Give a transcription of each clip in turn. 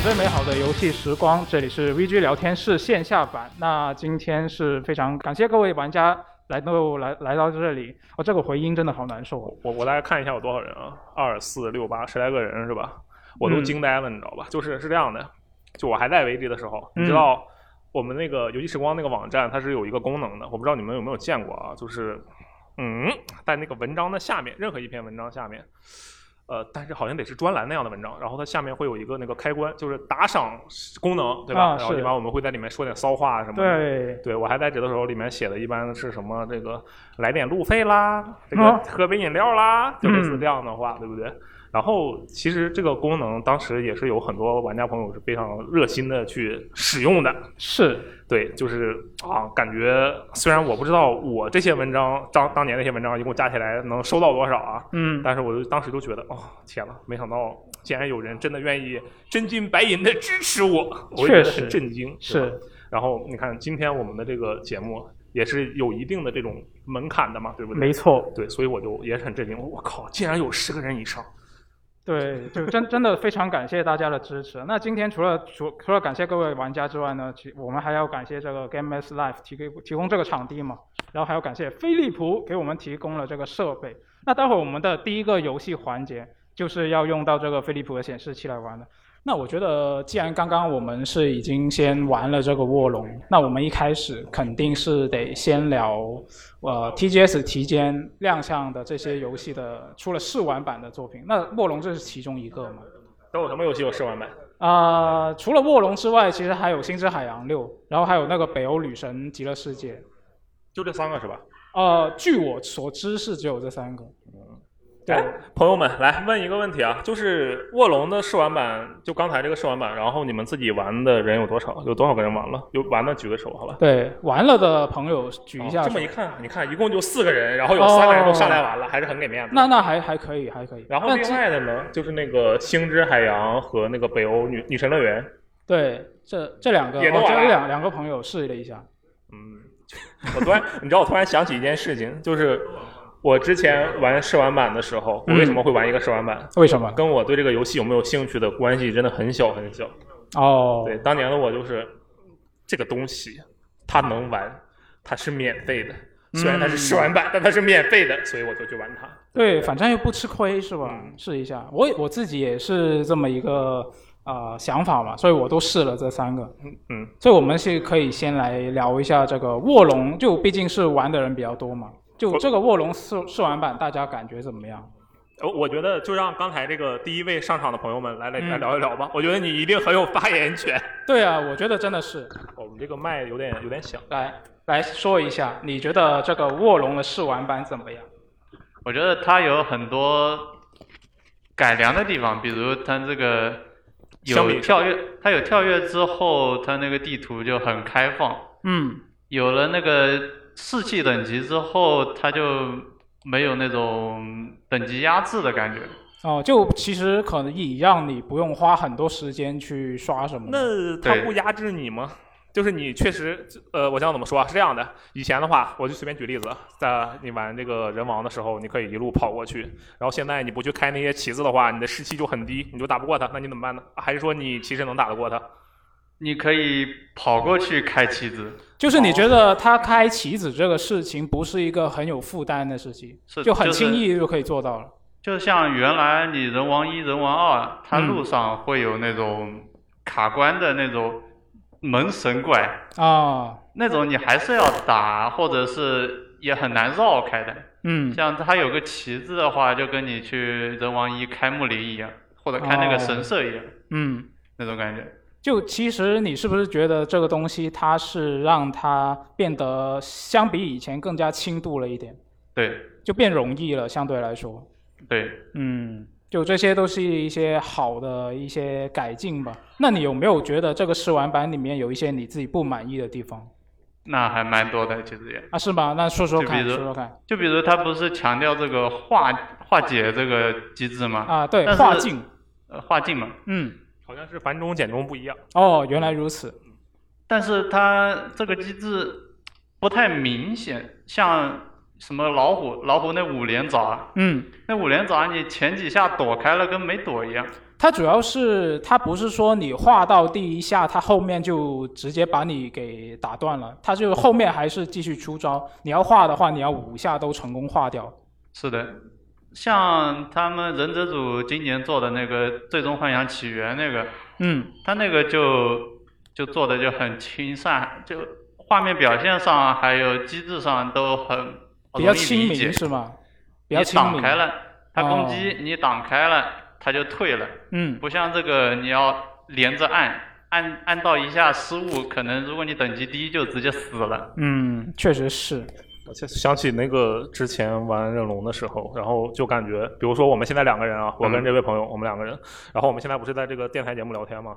最美好的游戏时光，这里是 VG 聊天室线下版。那今天是非常感谢各位玩家来到来来到这里。哦，这个回音真的好难受哦。我我大概看一下有多少人啊？二四六八十来个人是吧？我都嗯惊呆了，你知道吧？就是是这样的，就我还在 VG 的时候，嗯你知道我们那个游戏时光那个网站它是有一个功能的，我不知道你们有没有见过啊？就是嗯，在那个文章的下面，任何一篇文章下面。呃，但是好像得是专栏那样的文章，然后它下面会有一个那个开关，就是打赏功能，对吧？啊然后是一般我们会在里面说点骚话什么的。对，对，我还在职的时候，里面写的一般是什么这个来点路费啦，这个啊喝杯饮料啦，就类似嗯这样的话，对不对？然后其实这个功能当时也是有很多玩家朋友是非常热心的去使用的，是，对，就是啊，感觉虽然我不知道我这些文章当当年那些文章一共加起来能收到多少啊，嗯，但是我就当时就觉得，哦，天呐，没想到竟然有人真的愿意真金白银的支持我，我也觉确得实很震惊。对吧是，然后你看，今天我们的这个节目也是有一定的这种门槛的嘛，对不对？没错，对，所以我就也是很震惊，我靠，竟然有十个人以上，对，就真真的非常感谢大家的支持。那今天除了除除了感谢各位玩家之外呢，其我们还要感谢这个 Game S Life 提供提供这个场地嘛，然后还要感谢飞利浦给我们提供了这个设备。那待会儿我们的第一个游戏环节就是要用到这个飞利浦的显示器来玩的。那我觉得，既然刚刚我们是已经先玩了这个卧龙，那我们一开始肯定是得先聊，呃，TGS 期间亮相的这些游戏的，除了试玩版的作品，那卧龙这是其中一个嘛？都有什么游戏有试玩版？啊、除了卧龙之外，其实还有《星之海洋六》，然后还有那个《北欧女神极乐世界》。就这三个是吧？呃，据我所知是只有这三个。对，哎，朋友们，来问一个问题啊，就是卧龙的试玩版，就刚才这个试玩版，然后你们自己玩的人有多少？有多少个人玩了？有玩的举个手，好吧？对，玩了的朋友举一下哦手。这么一看，你看一共就四个人，然后哦有三个人都上来玩了，还是很给面子。那那还还可以，还可以。然后那另这外的呢，就是那个星之海洋和那个北欧女女神乐园，对，这这两个，也都我玩这了两两个朋友试了一下，嗯，我突然，你知道，我突然想起一件事情，就是我之前玩试玩版的时候，我为什么会玩一个试玩版？嗯为什么？跟我对这个游戏有没有兴趣的关系真的很小很小。哦，对，当年的我就是这个东西，它能玩，它是免费的。虽然它是试玩嗯版，但它是免费的，所以我就去玩它。对，反正又不吃亏是吧？嗯试一下，我也我自己也是这么一个呃想法嘛，所以我都试了这三个，嗯，所以我们是可以先来聊一下这个卧龙，就毕竟是玩的人比较多嘛，就我这个卧龙试试玩版大家感觉怎么样？呃我我觉得就让刚才这个第一位上场的朋友们来来来嗯聊一聊吧。我觉得你一定很有发言权。对啊，我觉得真的是，我们这个麦有点有点响。来来说一下，你觉得这个卧龙的试玩版怎么样？我觉得它有很多改良的地方，比如它这个相有比跳跃，它有跳跃之后，它那个地图就很开放。嗯，有了那个士气等级之后，它就没有那种等级压制的感觉。哦，就其实可能以让你不用花很多时间去刷什么的。那他对不压制你吗？就是你确实，呃，我想怎么说啊？是这样的，以前的话，我就随便举例子，在你玩这个人王的时候，你可以一路跑过去，然后现在你不去开那些旗子的话，你的士气就很低，你就打不过他，那你怎么办呢？啊还是说你其实能打得过他？你可以跑过去开旗子，就是你觉得他开棋子这个事情不是一个很有负担的事情，是就很就是轻易就可以做到了。就像原来你人王一、人王二，它路上会有那种卡关的那种门神怪，啊，那种你还是要打，或者是也很难绕开的。嗯，像它有个旗子的话，就跟你去人王一开木林一样，或者开那哦个神社一样，嗯，那种感觉。就其实你是不是觉得这个东西它是让它变得相比以前更加轻度了一点，对就变容易了，相对来说，对，嗯，就这些都是一些好的一些改进吧。那你有没有觉得这个试玩版里面有一些你自己不满意的地方那还蛮多的，其实也。啊？是吗？那说说就比看，如说说看就比如他不是强调这个化化解这个机制吗？啊，对，但是画境，呃，化境嘛。嗯。好像是繁中简中不一样。哦，原来如此。但是它这个机制不太明显，像什么老虎，老虎那五连砸，嗯，那五连砸你前几下躲开了跟没躲一样。它主要是它不是说你画到第一下，它后面就直接把你给打断了，它就后面还是继续出招。你要画的话，你要五下都成功画掉。是的，像他们忍者组今年做的那个《最终幻想起源》那个，嗯，他那个就就做的就很清善，就画面表现上还有机制上都很比较容易亲理解民是吗？比较你亲挡民。哦开了，他攻击、你挡开了，他就退了。嗯不像这个你要连着按，按按到一下失误，可能如果你等级低就直接死了。嗯，确实是。我就想起那个之前玩忍龙的时候，然后就感觉，比如说我们现在两个人嗯啊，我跟这位朋友，我们两个人，然后我们现在不是在这个电台节目聊天吗？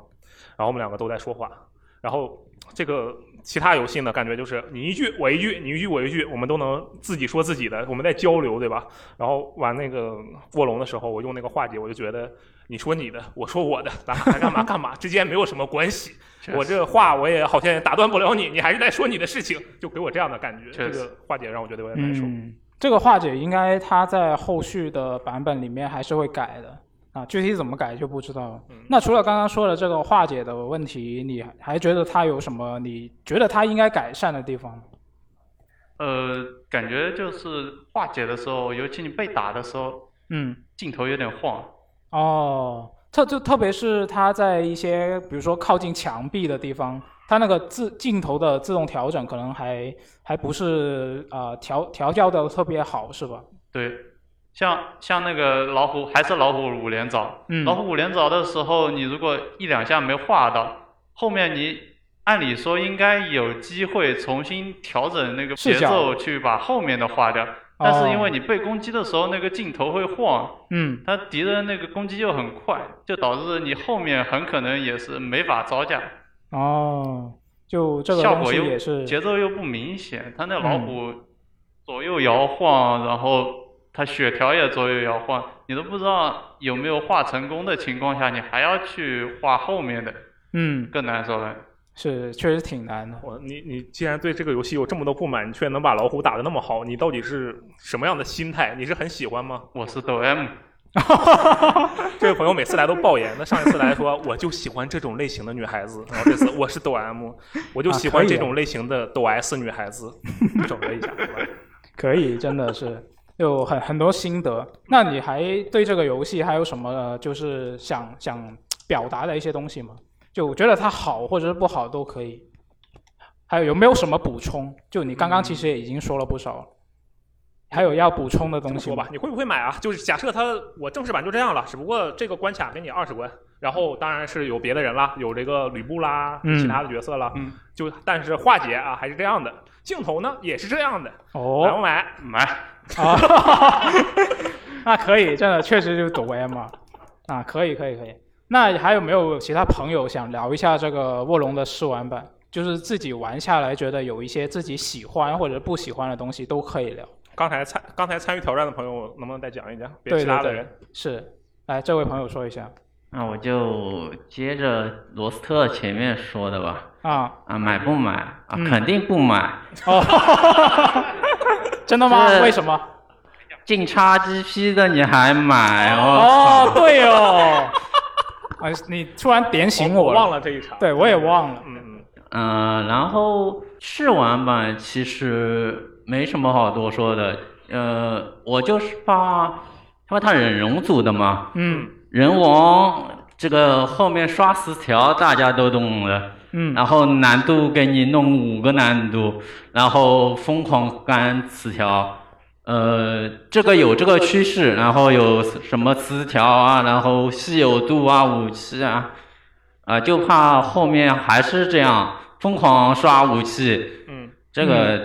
然后我们两个都在说话，然后这个其他游戏呢，感觉就是你一句我一句，你一句我一句，我们都能自己说自己的，我们在交流，对吧？然后玩那个卧龙的时候，我用那个话题，我就觉得你说你的，我说我的，咱俩干嘛干 嘛，之间没有什么关系。确我实这话我也好像也打断不了你，你还是在说你的事情，就给我这样的感觉。确这实个化解让我觉得有点难受。嗯，这个化解应该它在后续的版本里面还是会改的啊，具体怎么改就不知道了。嗯那除了刚刚说的这个化解的问题，你还还觉得它有什么？你觉得它应该改善的地方吗？呃，感觉就是化解的时候，尤其你被打的时候，嗯，镜头有点晃。哦，特就特别是它在一些比如说靠近墙壁的地方，它那个自镜头的自动调整可能还还不是呃调调教的特别好，是吧？对，像像那个老虎还是老虎五连招，嗯老虎五连招的时候，你如果一两下没画到，后面你按理说应该有机会重新调整那个视节角哦奏去把后面的画掉，但是因为你被攻击的时候那个镜头会晃，嗯，它敌人那个攻击又很快，就导致你后面很可能也是没法招架，哦，就这个效东果西又也是，嗯节奏又不明显，它那老虎左右摇晃，然后它血条也左右摇晃，你都不知道有没有画成功的情况下，你还要去画后面的，嗯，更难受了。是确实挺难的。我你你既然对这个游戏有这么多不满，你却能把老虎打得那么好，你到底是什么样的心态？你是很喜欢吗？我是抖 M， 这位朋友每次来都爆言，那上一次来说我就喜欢这种类型的女孩子，然后这次我是抖 M，我就喜啊可欢以这种类型的抖 S 女孩子， 整了一下，对吧？可以，真的是有很很多心得。那你还对这个游戏还有什么呃就是想想表达的一些东西吗？就我觉得它好或者是不好都可以。还有有没有什么补充？就你刚刚其实也已经说了不少了，还有要补充的这东么西说吧吗，？你会不会买啊？就是假设它我正式版就这样了，只不过这个关卡给你二十关，然后当然是有别的人啦，有这个吕布啦，嗯其他的角色啦，嗯就但是化解啊还是这样的，镜头呢也是这样的，买哦不买？买， 啊， 那可以，真的确实就是抖 M 啊，啊，可以可以可以。那还有没有其他朋友想聊一下这个卧龙的试玩版？就是自己玩下来觉得有一些自己喜欢或者不喜欢的东西都可以聊。刚才参刚才参与挑战的朋友，能不能再讲一讲？别对其他对的对人。是，来这位朋友说一下那我就接着罗斯特前面说的吧。啊，啊，买不买？啊，嗯肯定不买。哦 真的吗？这为什么？进 XGP 的你还买？啊我哦，对哦，啊，你突然点醒我我忘了，了这一场。对我也忘了，嗯，嗯，操！嗯，然后试玩版其实没什么好多说的。呃，我就是怕，因为他忍龙组的嘛，嗯人王这个后面刷十条大家都懂了。嗯然后难度给你弄五个难度，然后疯狂干词条，呃，这个有这个趋势，然后有什么词条啊，然后稀有度啊、武器啊，啊、就怕后面还是这样疯狂刷武器，嗯，这个。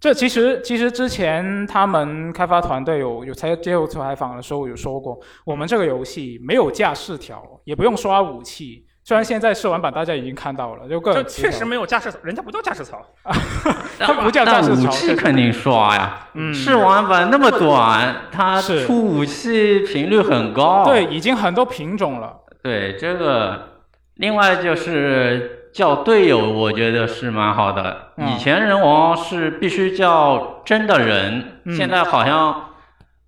这其实其实之前他们开发团队有有才接受采访的时候有说过，我们这个游戏没有架势条，也不用刷武器。虽然现在试玩版大家已经看到了，就各这种确实没没有驾驶槽，人家不叫驾驶 槽。它 不叫战但士武潮器这是肯定刷呀。嗯试玩版那么短，它是出武器频率很哦高。对，已经很多品种了。对这个，另外就是叫队友，我觉得是蛮好的。嗯以前人王是必须叫真的人，嗯现在好像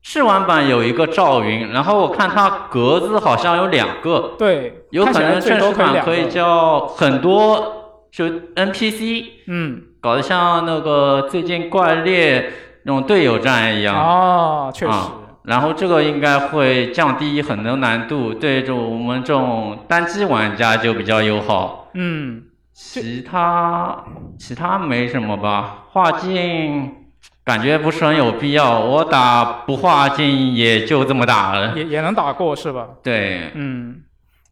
试玩版有一个赵云，然后我看他格子好像有两个，对，有看可起来能最正多式可以版两可以个。叫很多就 NPC，嗯，搞得像那个最近怪猎那种队友战一样。哦，确实，啊然后这个应该会降低很多难度，对这种我们这种单机玩家就比较友好。嗯，其他其他没什么吧，画境感觉不是很有必要，我打不画境也就这么打了。也也能打过是吧？对，嗯，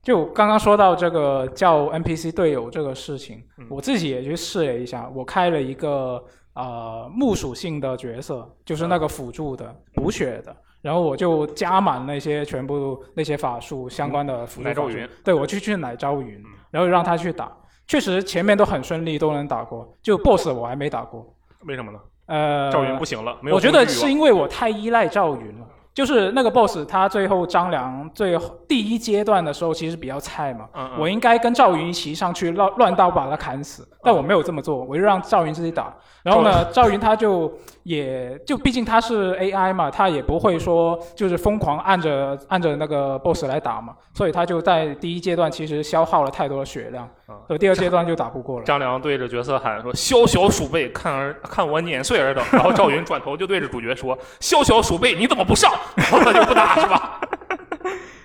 就刚刚说到这个叫 NPC 队友这个事情，我自己也去试了一下，我开了一个呃木属性的角色，就是那个辅助的补血的，然后我就加满那些全部那些法术相关的辅助奶法朝术，云对我去去奶朝云，然后让他去打，确实前面都很顺利，都能打过，就 BOSS 我还没打过，为什么呢？呃，赵云不行了，没有我觉控得制欲是因为我太依赖赵云了。就是那个 boss，他最后张良最后第一阶段的时候其实比较菜嘛，望嗯嗯嗯我应该跟赵云一起上去乱乱刀把他砍死，但我没有这么做，我就让赵云自己打。然后呢，赵云他就也就毕竟他是 AI 嘛，他也不会说就是疯狂按着按着那个 boss 来打嘛，所以他就在第一阶段其实消耗了太多的血量嗯，所以第二阶段就打不过了。张良对着角色喊说：“萧萧鼠辈，看儿 看我碾碎儿等。”然后赵云转头就对着主角说：“ 萧萧鼠辈，你怎么不上？”然后他就不打是吧？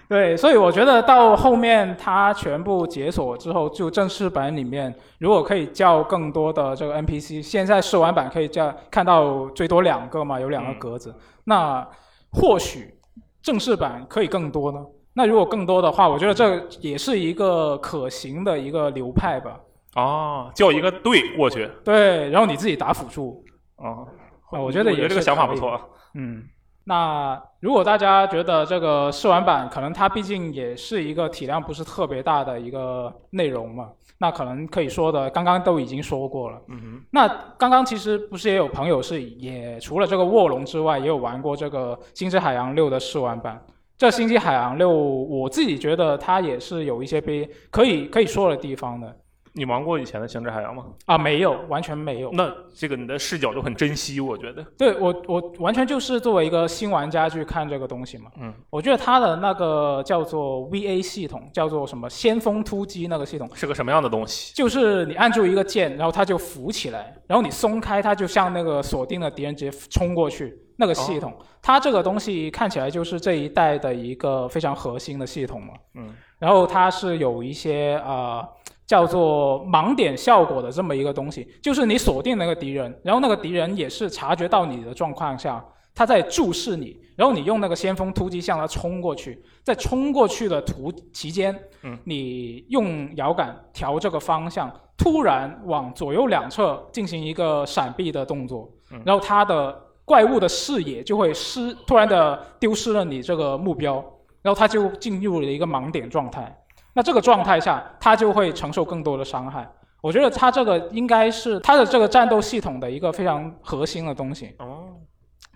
对，所以我觉得到后面它全部解锁之后，就正式版里面，如果可以叫更多的这个 NPC，现在试玩版可以叫看到最多两个嘛，有两个格嗯子。那或许正式版可以更多呢？那如果更多的话，我觉得这嗯也是一个可行的一个流派吧。哦，叫一个队过去对，然后你自己打辅助哦，啊，我觉我得也觉得这个是想法可不以错啊。嗯，那如果大家觉得这个试玩版可能它毕竟也是一个体量不是特别大的一个内容嘛，那可能可以说的刚刚都已经说过了。嗯哼，那刚刚其实不是也有朋友是也除了这个卧龙之外，也有玩过这个《星之海洋六》的试玩版。这《星际海洋六》，我自己觉得它也是有一些被可以可以说的地方的你玩过以前的《星之海洋》吗？啊，没有，完全没有。那这个你的视角就很珍惜，我觉得。对我，我完全就是作为一个新玩家去看这个东西嘛。嗯，我觉得它的那个叫做 VA 系统，叫做什么先锋突击那个系统，是个什么样的东西？就是你按住一个键，然后它就浮起来，然后你松开，它就像那个锁定的敌人直接冲过去。那个系哦统，它这个东西看起来就是这一代的一个非常核心的系统嘛。嗯，然后它是有一些呃叫做盲点效果的这么一个东西，就是你锁定那个敌人，然后那个敌人也是察觉到你的状况下，他在注视你，然后你用那个先锋突击向他冲过去，在冲过去的途期间，嗯你用摇杆调这个方向，突然往左右两侧进行一个闪避的动作，嗯然后他的怪物的视野就会失，突然的丢失了你这个目标。然后他就进入了一个盲点状态。那这个状态下，他就会承受更多的伤害。我觉得他这个应该是他的这个战斗系统的一个非常核心的东西。哦，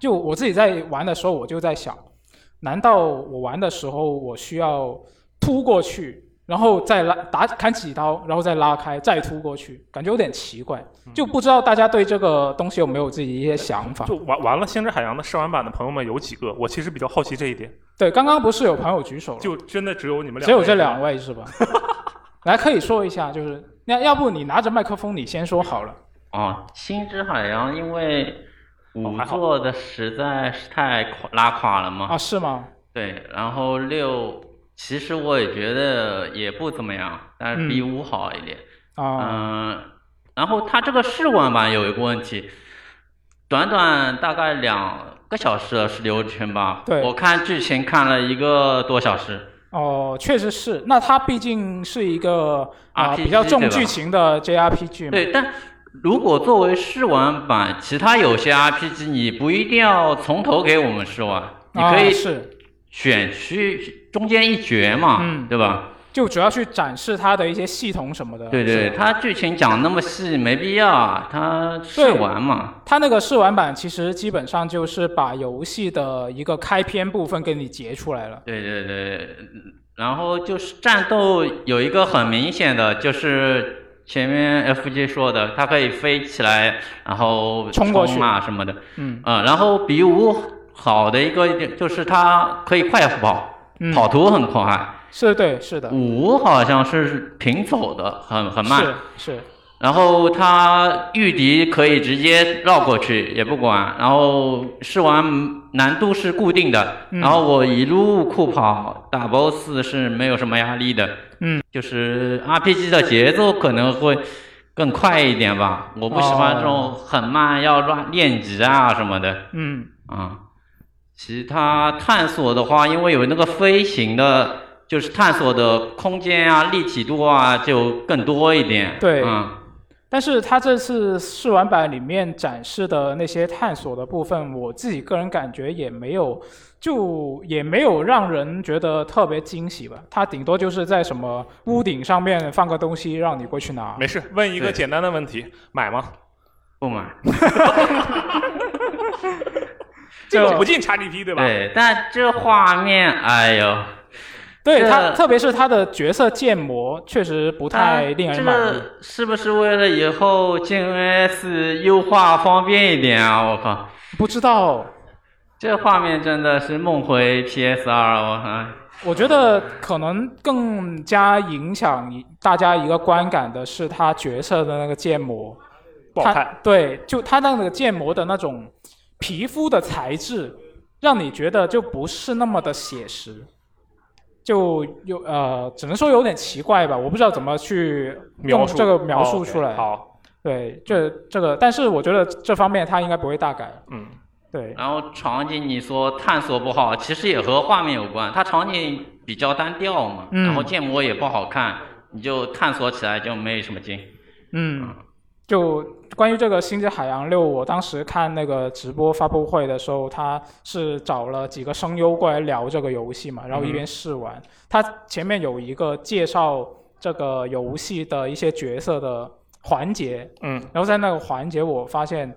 就我自己在玩的时候，我就在想，难道我玩的时候我需要突过去，然后再拉打砍几刀，然后再拉开，再突过去，感觉有点奇怪。嗯就不知道大家对这个东西有没有自己一些想法就？玩玩了《星之海洋》的试玩版的朋友们有几个？我其实比较好奇这一点，对，刚刚不是有朋友举手了吗？就真的只有你们俩，只有这两位是吧？来，可以说一下，就是那要不你拿着麦克风，你先说好了。啊，星之海洋因为哦五还好哦做的实在是太垮拉垮了嘛，啊，是吗？对，然后六其实我也觉得也不怎么样，但嗯是比五好一点。啊，嗯、然后它这个试玩版有一个问题，短短大概两个小时的流程吧，对我看剧情看了一个多小时。哦，确实是。那它毕竟是一个啊、 RPG 比较重对吧剧情的 JRPG 嘛。对，但如果作为试玩版，其他有些 RPG 你不一定要从头给我们试玩，你啊可以是选区中间一角嘛，嗯对吧？就主要去展示它的一些系统什么的。对是对，吧他剧情讲那么细没必要啊，他试玩嘛。它那个试玩版其实基本上就是把游戏的一个开篇部分给你截出来了。对对嗯对，然后就是战斗有一个很明显的，就是前面 FJ 说的，它可以飞起来，然后冲过去啊什么的。嗯啊、然后比武好的一个就是它可以快跑，嗯，跑图很快。是对，是的，五好像是平走的，很很慢是。是，然后它御敌可以直接绕过去，也不管。然后试玩难度是固定的，嗯然后我一路酷跑打 BOSS 是没有什么压力的。嗯，就是 RPG 的节奏可能会更快一点吧。我不喜欢这种很慢要乱练级啊什么的。嗯啊，其他探索的话，因为有那个飞行的，就是探索的空间啊、立体度啊，就更多一点。对嗯，但是它这次试玩版里面展示的那些探索的部分，我自己个人感觉也没有，就也没有让人觉得特别惊喜吧。它顶多就是在什么屋顶上面放个东西让你过去 拿。没事，问一个对简单的问题，买吗？不买。这个就不进 XGP 对吧？对，但这画面，哎呦，对这它，特别是它的角色建模确实不不太令人啊这满意。个是不是为了以后进 NS 优化方便一点啊？我靠，不知道，这画面真的是梦回 PS 二，我靠。我觉得可能更加影响大家一个观感的是它角色的那个建模。不好它看。对，就它那个建模的那种皮肤的材质，让你觉得就不是那么的写实，就有呃，只能说有点奇怪吧。我不知道怎么去描用述这个描哦述 OK，出来。好，对，这这个，但是我觉得这方面它应该不会大改。嗯，对，然后场景你说探索不好，其实也和画面有关，它场景比较单调嘛，嗯然后建模也不好看，你就探索起来就没什么劲。嗯，就关于这个《星际海洋六》，我当时看那个直播发布会的时候，他是找了几个声优过来聊这个游戏嘛，然后一边试玩，他前面有一个介绍这个游戏的一些角色的环节，嗯，然后在那个环节我发现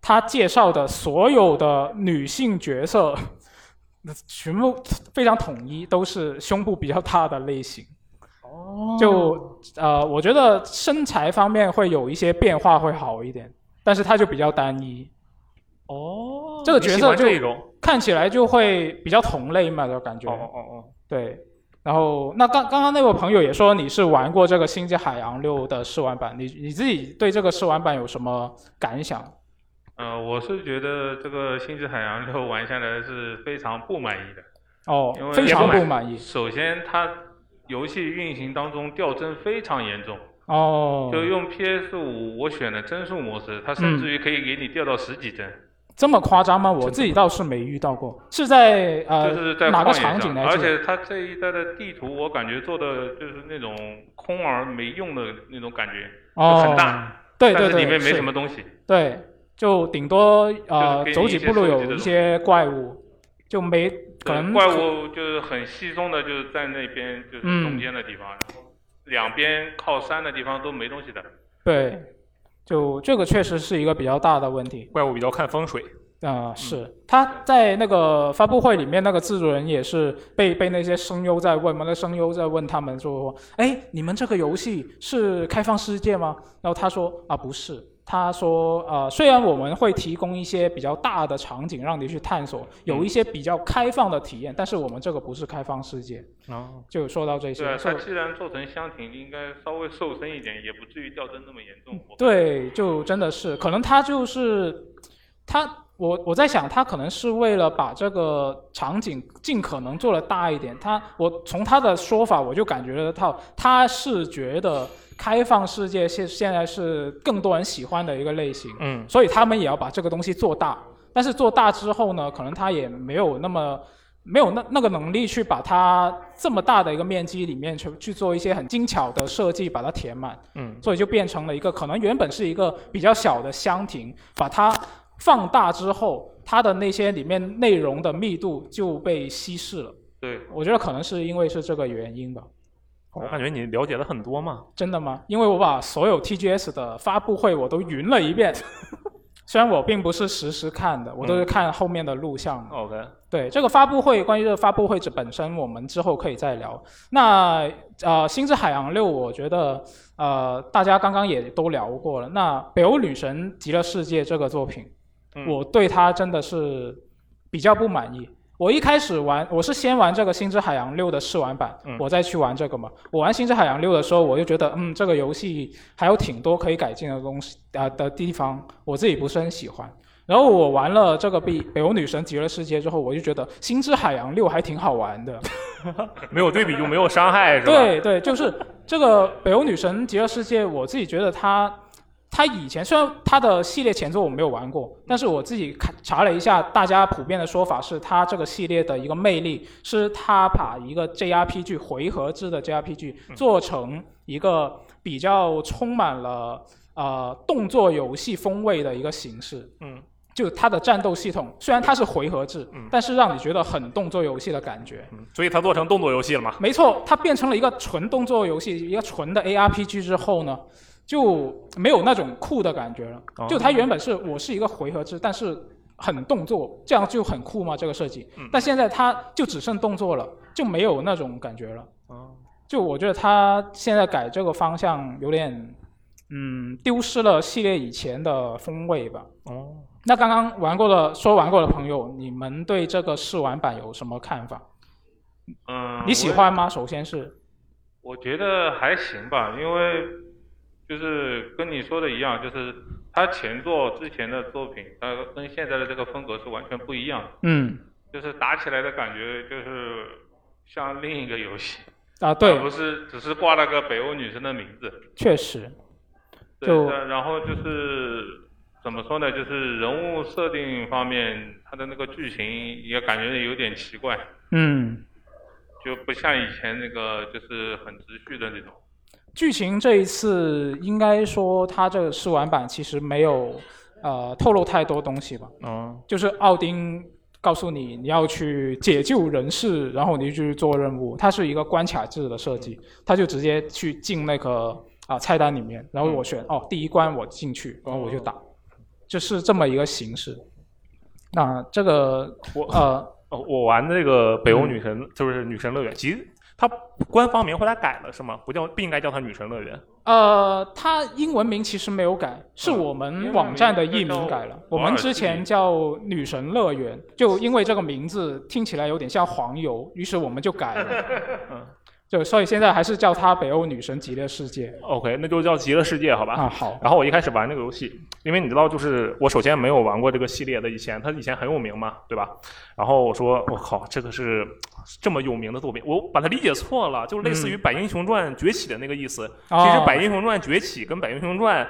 他介绍的所有的女性角色。 全部非常统一，都是胸部比较大的类型。哦就呃，我觉得身材方面会有一些变化会好一点，但是它就比较单一，哦这个角色就这种，看起来就会比较同类嘛，就感觉、哦哦哦对。然后那刚刚刚那位朋友也说你是玩过这个《星际海洋六》的试玩版，你你自己对这个试玩版有什么感想？呃，我是觉得这个《星际海洋六》玩下来是非常不满意的。哦因，为非常也不不满意首先，它游戏运行当中掉帧非常严重，哦，嗯就用 PS 5我选了帧数模式，它甚至于可以给你掉到十几帧，这么夸张吗？我自己倒是没遇到过，是在呃就是在哪旷个野场景上。来而着且它这一代的地图，我感觉做的就是那种空而没用的那种感觉，哦，很大，对对但是对，里面没是什么东西。对，就顶多就是呃给你走一几些步设路计有的一东些怪物，就没对可能怪物就是很稀松的，就是在那边就是嗯中间的地方，然后两边靠山的地方都没东西的。对，就这个确实是一个比较大的问题哦，。怪物比较看风水。嗯啊，是他在那个发布会里面，那个制作人也是被被那些声优在问嘛，那声优在问他们说：“哎，你们这个游戏是开放世界吗？”然后他说：“啊，不是。”他说：“呃，虽然我们会提供一些比较大的场景让你去探索，有嗯一些比较开放的体验，但是我们这个不是开放世界。”哦，就说到这些，对啊，所它以既然做成箱体，应该稍微瘦身一点，也不至于掉帧那么严重。我对，就真的是，可能他就是他，我我在想，他可能是为了把这个场景尽可能做的大一点。他，我从他的说法，我就感觉得到，他是觉得开放世界现现在是更多人喜欢的一个类型，嗯，所以他们也要把这个东西做大。但是做大之后呢，可能他也没有那么。没有那那个能力去把它这么大的一个面积里面去去做一些很精巧的设计，把它填满。嗯，所以就变成了一个可能原本是一个比较小的箱庭，把它放大之后，它的那些里面内容的密度就被稀释了。对，我觉得可能是因为是这个原因吧。我感哦觉你了解的很多嘛。 真的吗？因为我把所有 TGS 的发布会我都云了一遍，虽然我并不是实时看的，我都是看后面的录像。嗯 OK，对这个发布会，关于这个发布会这本身，我们之后可以再聊。那呃，《星之海洋六》，我觉得呃，大家刚刚也都聊过了。那《北欧女神极乐世界》这个作品，嗯我对它真的是比较不满意。我一开始玩，我是先玩这个《星之海洋六》的试玩版，嗯我再去玩这个嘛。我玩《星之海洋六》的时候，我就觉得，嗯，这个游戏还有挺多可以改进的东西啊、呃的地方，我自己不是很喜欢。然后我玩了这个《北北欧女神极乐世界》之后，我就觉得《星之海洋六》还挺好玩的。 没有对比就没有伤害是吧？对对，就是这个《北欧女神极乐世界》，我自己觉得它，它以前虽然它的系列前作我没有玩过，但是我自己看查了一下，大家普遍的说法是，它这个系列的一个魅力是它把一个 JRPG 回合制的 JRPG 嗯做成一个比较充满了呃动作游戏风味的一个形式。嗯。就它的战斗系统，虽然它是回合制，但是让你觉得很动作游戏的感觉。所以它做成动作游戏了嘛？没错，它变成了一个纯动作游戏，一个纯的 ARPG 之后呢，就没有那种酷的感觉了。哦就它原本是我是一个回合制，但是很动作，这样就很酷嘛这个设计。嗯但现在它就只剩动作了，就没有那种感觉了。就我觉得它现在改这个方向有点，嗯，丢失了系列以前的风味吧。哦，那刚刚玩过的说玩过的朋友，你们对这个试玩版有什么看法？嗯，你喜我也欢吗？首先是。我觉得还行吧，因为就是跟你说的一样，就是他前作之前的作品，它跟现在的这个风格是完全不一样的，嗯就是打起来的感觉就是像另一个游戏，啊，对而，不是只是挂了个北欧女神的名字。确实，对就，然然后就是怎么说呢，就是人物设定方面，它的那个剧情也感觉有点奇怪，嗯，就不像以前那个就是很直叙的那种。剧情这一次应该说它这个试玩版其实没有呃透露太多东西吧，哦嗯，就是奥丁告诉你你要去解救人士，然后你就去做任务，它是一个关卡制的设计，嗯它就直接去进那个啊、菜单里面，然后嗯我选、哦第一关我进去，然后哦我就打，就是这么一个形式。那这个我呃。嗯哦，我玩的这个北欧女神、就是女神乐园，其实它官方名后来改了是吗？不叫不应该叫它女神乐 园。呃，它英文名其实没有改，啊是我们网站的译英文名名就叫改了。我瓦尔们基之前叫女神乐园，就因为这个名字听起来有点像黄油，于是我们就改 了。嗯就所以现在还是叫它北欧女神极乐世界 OK，那就叫极乐世界好吧？啊。好，然后我一开始玩这个游戏，因为你知道，就是我首先没有玩过这个系列的，以前它以前很有名嘛，对吧？然后我说，我靠，这个是这么有名的作品，我把它理解错了，就是类似于《百英雄传崛起》的那个意思。其实嗯哦《百英雄传崛起》跟《百英雄传》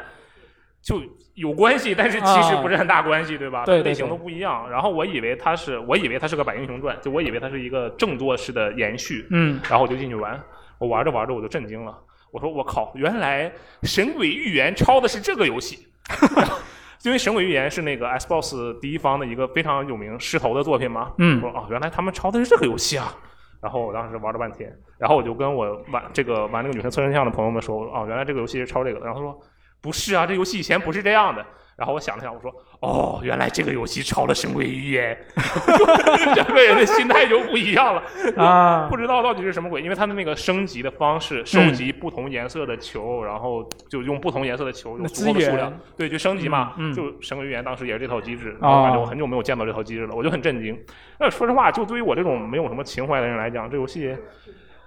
就有关系，但是其实啊不是很大关系，对吧？对对对类型都不一样。然后我以为它是，我以为它是个《百英雄传》，就我以为它是一个正作式的延续，嗯，然后我就进去玩，我玩着玩着我就震惊了，我说我靠，原来《神鬼预言》抄的是这个游戏， 因为《神鬼预言》是那个 Xbox 第一方的一个非常有名狮头的作品嘛，嗯我说啊，原来他们抄的是这个游戏啊。然后我当时玩了半天，然后我就跟我玩这个玩那个女生测真相的朋友们说，哦、啊，原来这个游戏是抄这个的。然后他说不是啊，这游戏以前不是这样的。然后我想了想，我说哦，原来这个游戏抄了《神鬼预言》，整个人的心态就不一样了。 啊嗯不知道到底是什么鬼，因为他们那个升级的方式，收集不同颜色的球，然后就用不同颜色的球有足够的数资量源，对，就升级嘛。嗯嗯就《神鬼预言》当时也是这套机制，哦然后反正我很久没有见到这套机制了，我就很震惊。那说实话，就对于我这种没有什么情怀的人来讲，这游戏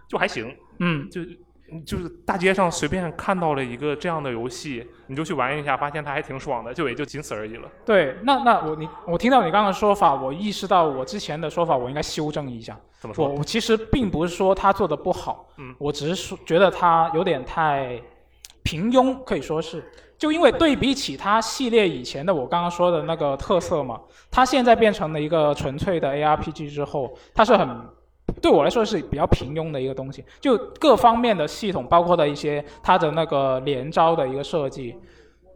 就还行，嗯，就。就是大街上随便看到了一个这样的游戏，你就去玩一下，发现它还挺爽的，就也就仅此而已了。对，那那我你我听到你刚刚的说法，我意识到我之前的说法，我应该修正一下。怎么说我？我其实并不是说他做的不好，嗯我只是说觉得他有点太平庸，可以说是。就因为对比起他系列以前的我刚刚说的那个特色嘛，他现在变成了一个纯粹的 ARPG 之后，它是很对我来说是比较平庸的一个东西。就各方面的系统，包括的一些它的那个连招的一个设计，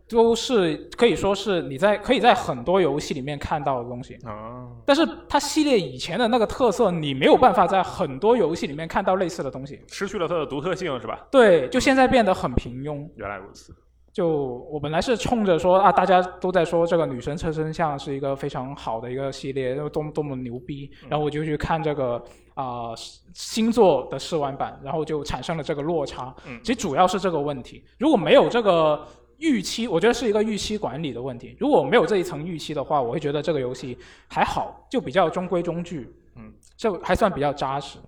都是可以说是你在可以在很多游戏里面看到的东西。啊，但是它系列以前的那个特色，你没有办法在很多游戏里面看到类似的东西。失去了它的独特性是吧？对，就现在变得很平庸。原来如此。就我本来是冲着说啊，大家都在说这个《女神车身像》是一个非常好的一个系列，多么多么牛逼，然后我就去看这个啊、星座的试玩版，然后就产生了这个落差。嗯其实主要是这个问题，如果没有这个预期，我觉得是一个预期管理的问题。如果没有这一层预期的话，我会觉得这个游戏还好，就比较中规中矩，嗯，这还算比较扎实。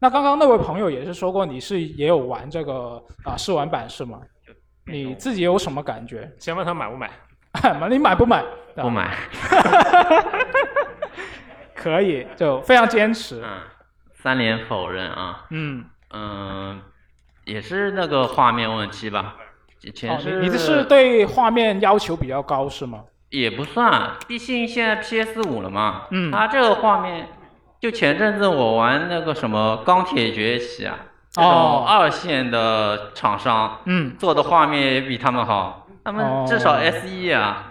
那刚刚那位朋友也是说过，你是也有玩这个啊、试玩版是吗？你自己有什么感觉？先问他买不买？你 买不买？啊不买。可以，就非常坚持。嗯， 三连否认啊。嗯，嗯，也是那个画面问题吧。以前哦，是、你你是对画面要求比较高是吗？也不算，毕竟现在 PS 五了嘛。嗯它这个画面，就前阵子我玩那个什么《钢铁崛起》啊，这哦种二线的厂商嗯，做的画面也比他们好，他们至少哦 S E 啊。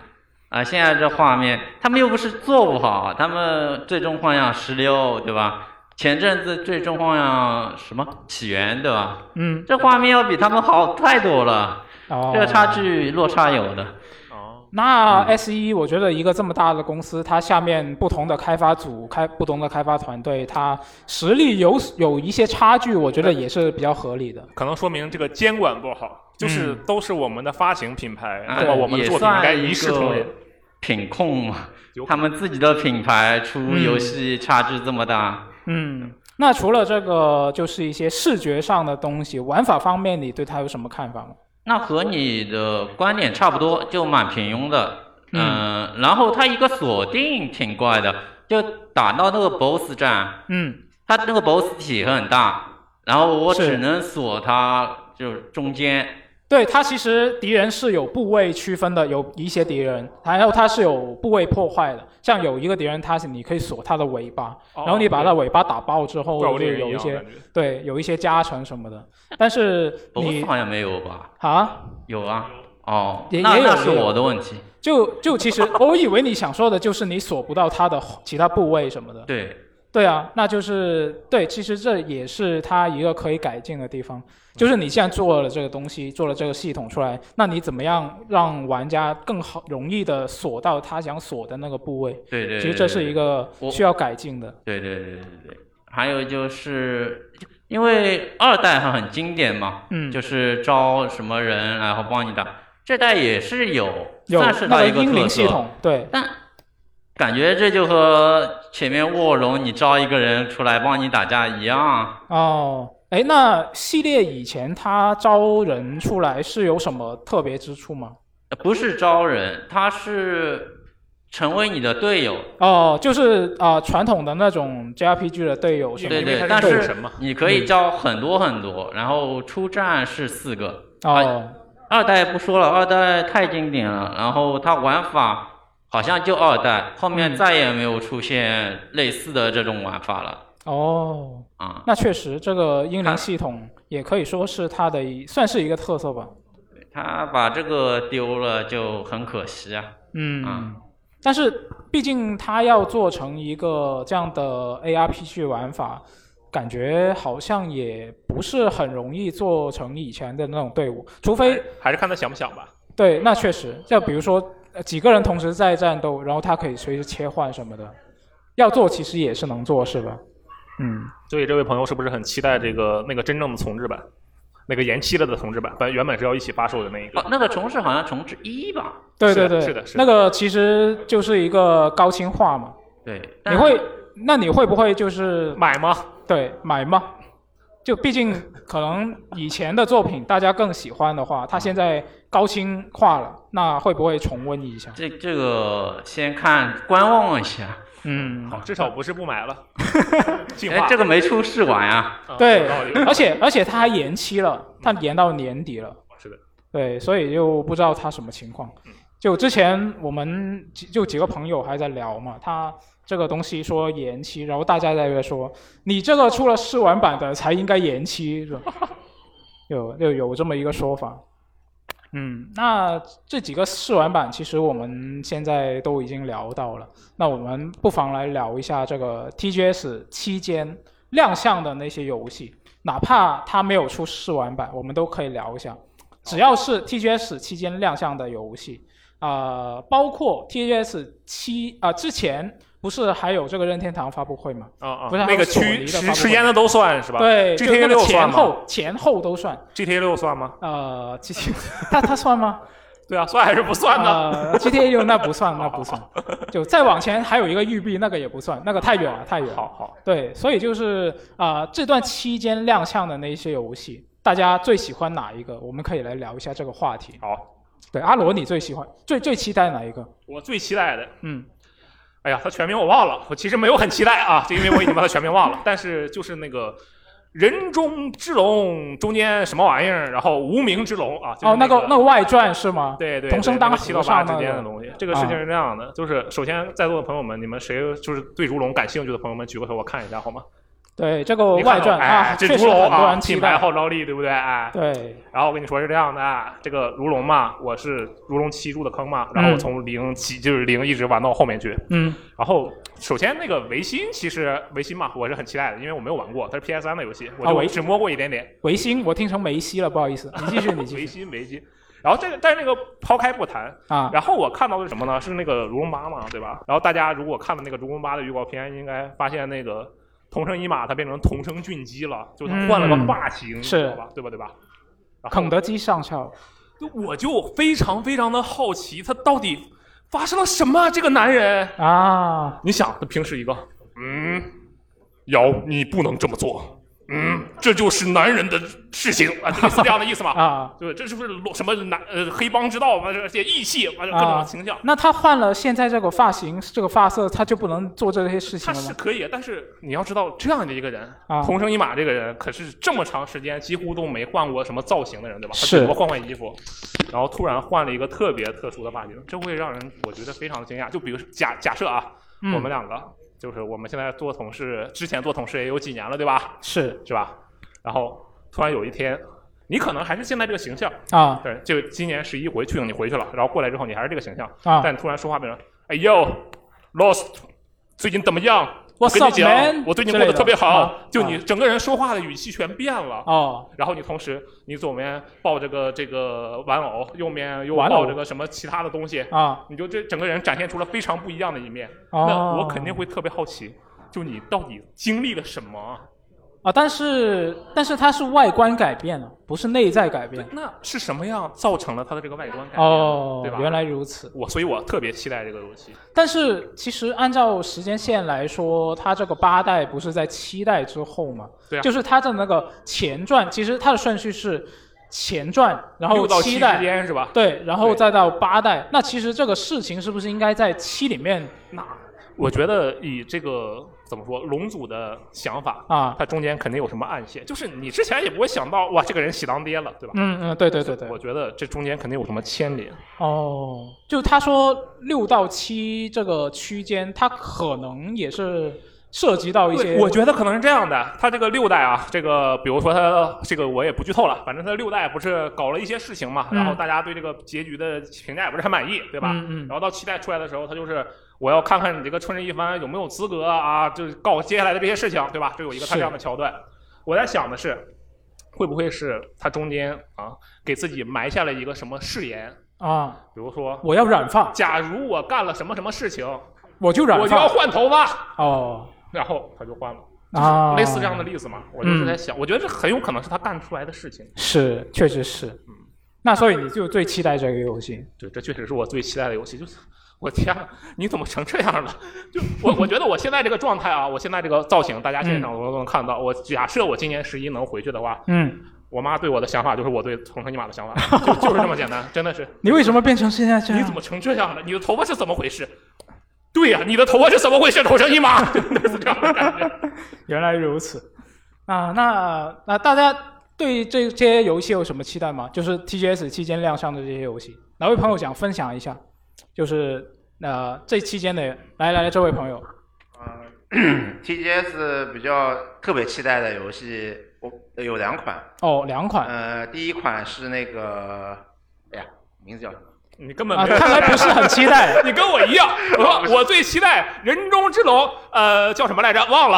啊，现在这画面，他们又不是做不好，啊他们《最终幻想十六》对吧？前阵子《最终幻想什么起源》对吧？嗯，这画面要比他们好太多了，哦，这个差距落差有的。哦，那 S 一，我觉得一个这么大的公司，它下面不同的开发组、开不同的开发团队，它实力有有一些差距，我觉得也是比较合理的。可能说明这个监管不好，就是都是我们的发行品牌，啊那么我们嗯的也作品应该呃算一一视同仁个。品控嘛有，他们自己的品牌出游戏差距这么大，嗯，那除了这个，就是一些视觉上的东西，玩法方面，你对它有什么看法吗？那和你的观点差不多，就蛮平庸的。嗯嗯，然后他一个锁定挺怪的，就打到那个 BOSS 战，嗯，他那个 BOSS 体很大，然后我是只能锁他就是中间，对，它其实敌人是有部位区分的，有一些敌人，然后它是有部位破坏的，像有一个敌人，它是你可以锁它的尾巴，哦然后你把它尾巴打爆之怪后，物就猎人有一样些感觉对有一些加成什 么的。但是你 BOSS 好像没有吧？啊，有啊，哦，也那也有那是也有我的问题，就就其实我以为你想说的就是你锁不到它的其他部位什么的。对。对啊，那就是对，其实这也是它一个可以改进的地方。就是你现在做了这个东西，做了这个系统出来，那你怎么样让玩家更好、容易的锁到他想锁的那个部位？对对，其实这是一个我需要改进的。对。对对对对对对，还有就是因为二代它很经典嘛，嗯就是招什么人然后帮你打，这代也是有，有算是那它个一英特灵系色，统，对，但感觉这就和前面卧龙你招一个人出来帮你打架一样，啊哦，哎，那系列以前它招人出来是有什么特别之处吗？不是招人，他是成为你的队友，哦，就是啊、传统的那种 JRPG 的队友是对吗？因为对，它但是女是神嘛，你可哦以招很多很多，然后出战是四个。哦，二代不说了，二代太经典了。然后它玩法好像就二代，后面再也没有出现类似的这种玩法了哦，啊、那确实，这个英灵看系统也可以说是它的一算是一个特色吧。他把这个丢了就很可惜啊。嗯，嗯但是毕竟它要做成一个这样的 ARPG 玩法，感觉好像也不是很容易做成以前的那种队伍，除非还是看他想不想吧。对，那确实，就比如说呃几个人同时在战斗，然后它可以随时切换什么的，要做其实也是能做，是吧？嗯，所以这位朋友是不是很期待这个那个真正的重置版，那个延期了的重置版，本原本是要一起发售的那一个。哦，那个重置好像重置一吧？对是对的对，是的是的那个其实就是一个高清化嘛。对，你但会，那你会不会就是买吗？对买吗？就毕竟可能以前的作品大家更喜欢的话，它现在高清化了，那会不会重温一下？这这个先看观望一下。嗯，至少不是不买了。进化哎，这个没出试玩啊。啊对有道理，而且而且它还延期了，它延到年底了。哦是的，嗯对，所以就不知道他什么情况。就之前我们几就几个朋友还在聊嘛，他这个东西说延期，然后大家在那边说你这个出了试玩版的才应该延期，是吧有就有这么一个说法。嗯，那这几个试玩版其实我们现在都已经聊到了，那我们不妨来聊一下这个 TGS 期间亮相的那些游戏，哪怕它没有出试玩版，我们都可以聊一下。只要是 TGS 期间亮相的游戏，啊、包括 TGS 七啊、之前不是还有这个任天堂发布会吗？啊啊，不是还那有个索区尼的时发布时会间的都算是吧？对，就，GTA 那个六前算吗后前后都算。 ？GTA 六算吗？呃，其实 它它算吗？对啊，算还是不算呢？呃，GTA 六那 不算，那不算。就再往前还有一个育碧，那个也不算，那个太远了，太远了。好好，对，所以就是啊、呃这段期间亮相的那一些游戏，大家最喜欢哪一个？我们可以来聊一下这个话题。好，对，阿罗，你最喜欢、最最期待哪一个？我最期待的，嗯，哎呀，他全名我忘了，我其实没有很期待啊，就因为我已经把他全名忘 了。但是就是那个人中之龙中间什么玩意儿，然后无名之龙啊，就是哦，那个个那个外传是吗？对对，同声对当那个七和到八尚之那间的个东西。这个事情啊是这样的，就是首先在座的朋友们，你们谁就是对如龙感兴趣的朋友们，举个手，我看一下好吗？对，这个你看外传哎啊，这确如实龙很多啊，人期品牌待。号召力，对不对？哎，对，然后我跟你说是这样的啊，这个如龙嘛，我是如龙七入的坑嘛，然后我从零起就是零一直玩到后面去。 嗯，然后首先那个维新，其实维新嘛，我是很期待的，因为我没有玩过，它是 PS 3的游戏，我啊就维只摸过一点点。维新，我听成梅西了，不好意思，你继续，你继维续新维新，然后这个但是那个抛开不谈，啊。然后我看到的是什么呢？是那个《如龙八》嘛，对吧？然后大家如果看了那个《如龙八》的预告片，应该发现那个桐生一马他变成桐生俊基了，就他换了个嗯发型，是知道吧？对吧？对吧？ 然后肯德基上校，我就非常非常的好奇，他到底发生了什么？这个男人，啊，你想，他平时一个，嗯，瑶，你不能这么做，嗯，这就是男人的事情啊，类似这样的意思嘛？啊，对，这是不是裸什么男呃黑帮之道嘛？这些义气，完了各啊种形象。那他换了现在这个发型、这个发色，他就不能做这些事情他了是吗？可以，但是你要知道，这样的一个人，啊同生一马这个人，可是这么长时间几乎都没换过什么造型的人，对吧？他是顶多换换衣服，然后突然换了一个特别特殊的发型，这会让人我觉得非常的惊讶。就比如假假设啊，嗯我们两个就是我们现在做同事，之前做同事也有几年了，对吧？是是吧？然后突然有一天，你可能还是现在这个形象，啊对，就今年十一回去你回去了，然后过来之后你还是这个形象，啊但突然说话变成，哎呦，Lost，最近怎么样？我 What's 跟你 up, 讲 man？，我最近之过得类的特别好啊，就啊你整个人说话的语气全变了。哦，然后你同时，你左面抱着个这个玩偶，右面又玩偶抱着个什么其他的东西，啊你就这整个人展现出了非常不一样的一面。哦那我肯定会特别好奇，就你到底经历了什么？啊！但是但是它是外观改变了，不是内在改变。那是什么样造成了他的这个外观改变？哦对吧？，原来如此。我，所以我特别期待这个游戏。但是其实按照时间线来说，它这个八代不是在七代之后嘛？对啊就是它的那个前传，其实它的顺序是前传，然后六到七七代之，间是吧？对，然后对再到八代。那其实这个事情是不是应该在七里面那我觉得以这个怎么说，龙组的想法，啊？它中间肯定有什么暗线，就是你之前也不会想到，哇，这个人喜当爹了，对吧？嗯嗯，对对对对我。觉得这中间肯定有什么牵连。哦，就他说六到七这个区间，他可能也是涉及到一些，我觉得可能是这样的，他这个六代啊，这个比如说他这个我也不剧透了，反正他六代不是搞了一些事情嘛，嗯然后大家对这个结局的评价也不是很满意，对吧？嗯嗯然后到七代出来的时候，他就是我要看看你这个春日一番有没有资格啊，就是告接下来的这些事情，对吧？这有一个他是这样的桥段。我在想的是，会不会是他中间啊给自己埋下了一个什么誓言？啊，比如说，我要染发，假如我干了什么什么事情，我就染我就要发换头发，哦然后他就换了。啊，嗯类似这样的例子嘛，我就是在想，我觉得这很有可能是他干出来的事情。是，确实是。那所以你就最期待这个游戏对，这确实是我最期待的游戏。就是我天啊，你怎么成这样了？就我 我觉得我现在这个状态啊，我现在这个造型，大家现场我都能看到。我假设我今年十一能回去的话，嗯，我妈对我的想法就是我对同生一马的想 法，就就是这么简单，真的是。你为什么变成现在这样？你怎么成这样了？你的头发是怎么回事？对呀、你的头发是怎么回事？同生一马，就是这样的感觉。原来如此啊！那那大家对这些游戏有什么期待吗？就是 TGS 期间亮相的这些游戏，哪位朋友想分享一下？就是呃，这期间的来来来，这位朋友嗯 TGS 比较特别期待的游戏，我呃有两款。哦，两款呃，第一款是那个，哎呀，名字叫什么？你根本啊，没有看来不是很期待 啊你跟我一 样，我我最期待人中之龙，呃，叫什么来着？忘了，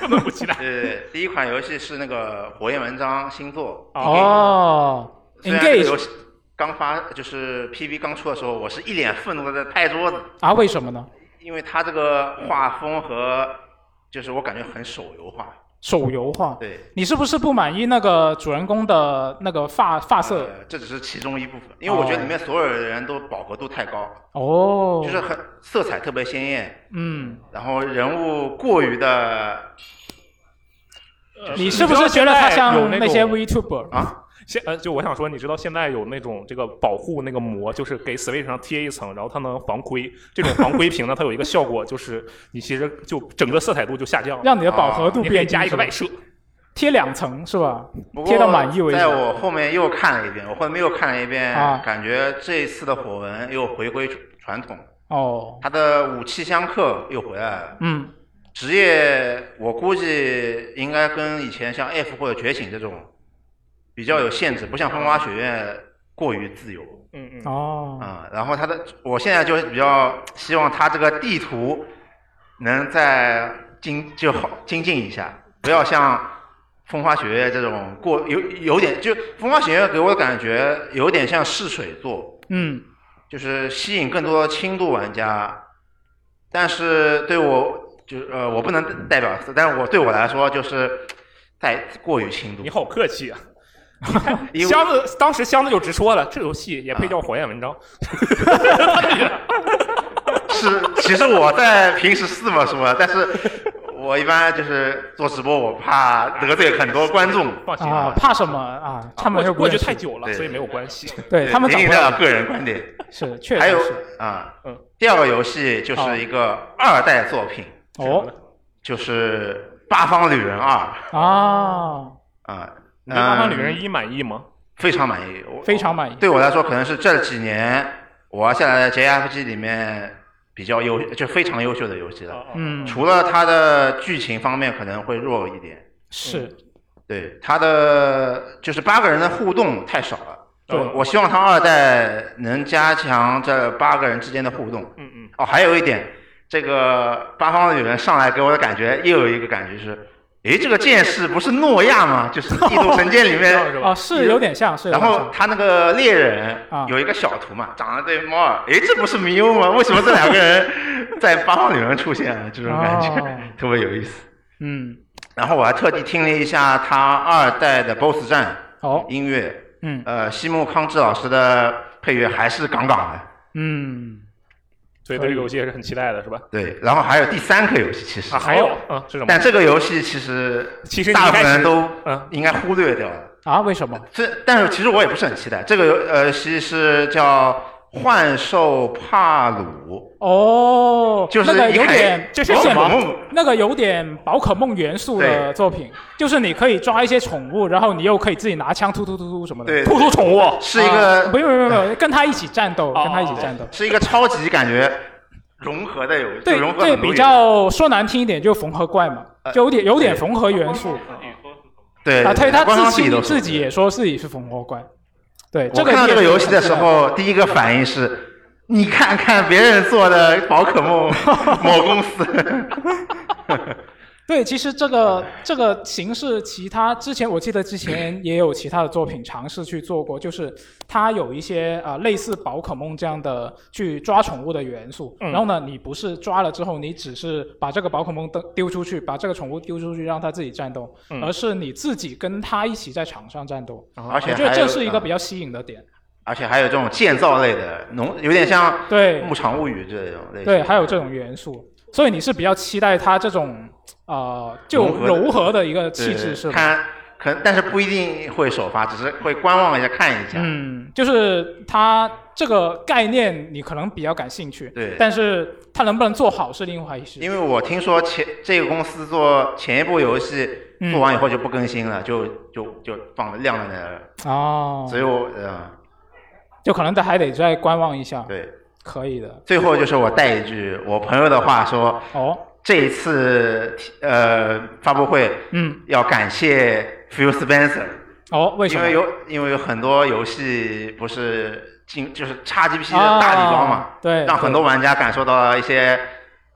根本不期待。呃，第一款游戏是那个《火焰纹章》星座。哦哦。虽然这个 Engage 游戏刚发就是 PV 刚出的时候，我是一脸愤怒的在拍桌子，啊？为什么呢？因为它这个画风和就是我感觉很手游化。手游化，对，你是不是不满意那个主人公的那个发发色？呃，这只是其中一部分，因为我觉得里面所有的人都饱和度太高，哦，就是很色彩特别鲜艳，嗯，然后人物过于的你是不是觉得他像那些 VTuber？啊， 现呃，就我想说，你知道现在有那种这个保护那个膜，就是给 Switch 上贴一层，然后它能防窥。这种防窥屏呢，它有一个效果，就是你其实就整个色彩度就下降了，啊让你的饱和度你可以变低加一是个吧外设。贴两层是吧不？过贴到满意为止。在我后面又看了一遍，我后面又看了一遍，啊感觉这一次的火纹又回归传统，哦，他的武器相克又回来了。嗯，职业我估计应该跟以前像 F 或者觉醒这种比较有限制，不像风花雪月过于自由嗯嗯。哦，啊、然后它的，我现在就是比较希望它这个地图能再精就好精进一下，不要像风花雪月这种过有有点就风花雪月给我的感觉有点像试水座，嗯，就是吸引更多轻度玩家，但是对我就是呃，我不能代表，但是我对我来说就是太过于轻度你。好客气啊！因为箱子当时箱子就直说了，这游戏也配叫火焰文章。是，其实我在平时是这么说的，但是我一般就是做直播，我怕得罪很多观众，放心啊，，怕什么啊？他们又过不去认识太，久了，对 所以没有关系。对他们仅找仅不代到表个人观点。是确还有实是啊嗯，第二个游戏就是一个二代作品，哦就是《八方旅人二》啊，啊。你对《八方旅嗯人一》满意吗？非常满意，我非常满意对我来说，可能是这几年玩下来的 JRPG 里面比较优，就非常优秀的游戏哦了。嗯，除了它的剧情方面可能会弱一点，是对它的就是八个人的互动太少了。对我我希望它二代能加强这八个人之间的互动。嗯嗯，哦，还有一点，这个八方旅人上来给我的感觉又有一个感觉是，诶，这个剑士不是诺亚吗？就是《地动神剑》里 面这样是吧啊，是有点像，是有然点后像，他那个猎人啊有一个小图嘛，长得对猫耳，诶，这不是迷雾吗？为什么这两个 人在八方旅人出现了？啊这种感觉、哦 特别有意思。嗯，然后我还特地听了一下他二代的 BOSS 战好，音乐，嗯呃，西木康志老师的配乐还是杠杠的。嗯，所以对这个游戏也是很期待的，是吧？对，然后还有第三个游戏，其实，啊，还有，嗯，哦是什么但？这个游戏其实其实你大部一分开始人都嗯应该忽略掉了。啊，为什么？这，但是其实我也不是很期待。这个游呃，其实是叫幻兽帕鲁，哦，就是那个一有看点，这有点宝可梦那个有点宝可梦元素的对作品，就是你可以抓一些宠物，然后你又可以自己拿枪突突突突什么的。对，哦突出宠物，是一啊个、不用不用不用，跟他一起战斗，跟他一起战斗。是一个超级感觉融合的游戏，对就融合对，很多比元较说难听一点，就缝合怪嘛，就有点有点缝合元素呃嗯对啊。他他官方自自己己都自说己也说自己是缝合怪，对。我看到这你也个是游戏的时很期待，候，第一个反应是。你看看别人做的宝可 梦某公司，对，其实这个这个形式，其他之前我记得之前也有其他的作品尝试去做过，就是它有一些啊、呃类似宝可梦这样的去抓宠物的元素，然后呢，你不是抓了之后，你只是把这个宝可梦丢丢出去，把这个宠物丢出去让它自己战斗，而是你自己跟它一起在场上战斗。啊而且我觉得还这有是一个嗯比较吸引的点。而且还有这种建造类的农，有点像对《牧场物语》这种类型。对，还有这种元素，所以你是比较期待它这种呃就融合的柔和的一对个气质是吧？看，可但是不一定会首发，只是会观望一下看一下。嗯，就是它这个概念你可能比较感兴趣，对但是它能不能做好是另外一回事。因为我听说前这个公司做前一部游戏嗯做完以后就不更新了，就就就放晾在那儿了，哦，所以我呃就可能它还得再观望一下，对，可以的。最后就是我带一句我朋友的话说，哦，这一次呃发布会嗯，要感谢 Phil Spencer，哦，为什因么？为有因为有很多游戏不是进就是 XGP 的大礼包嘛，啊对让很多玩家感受到了一些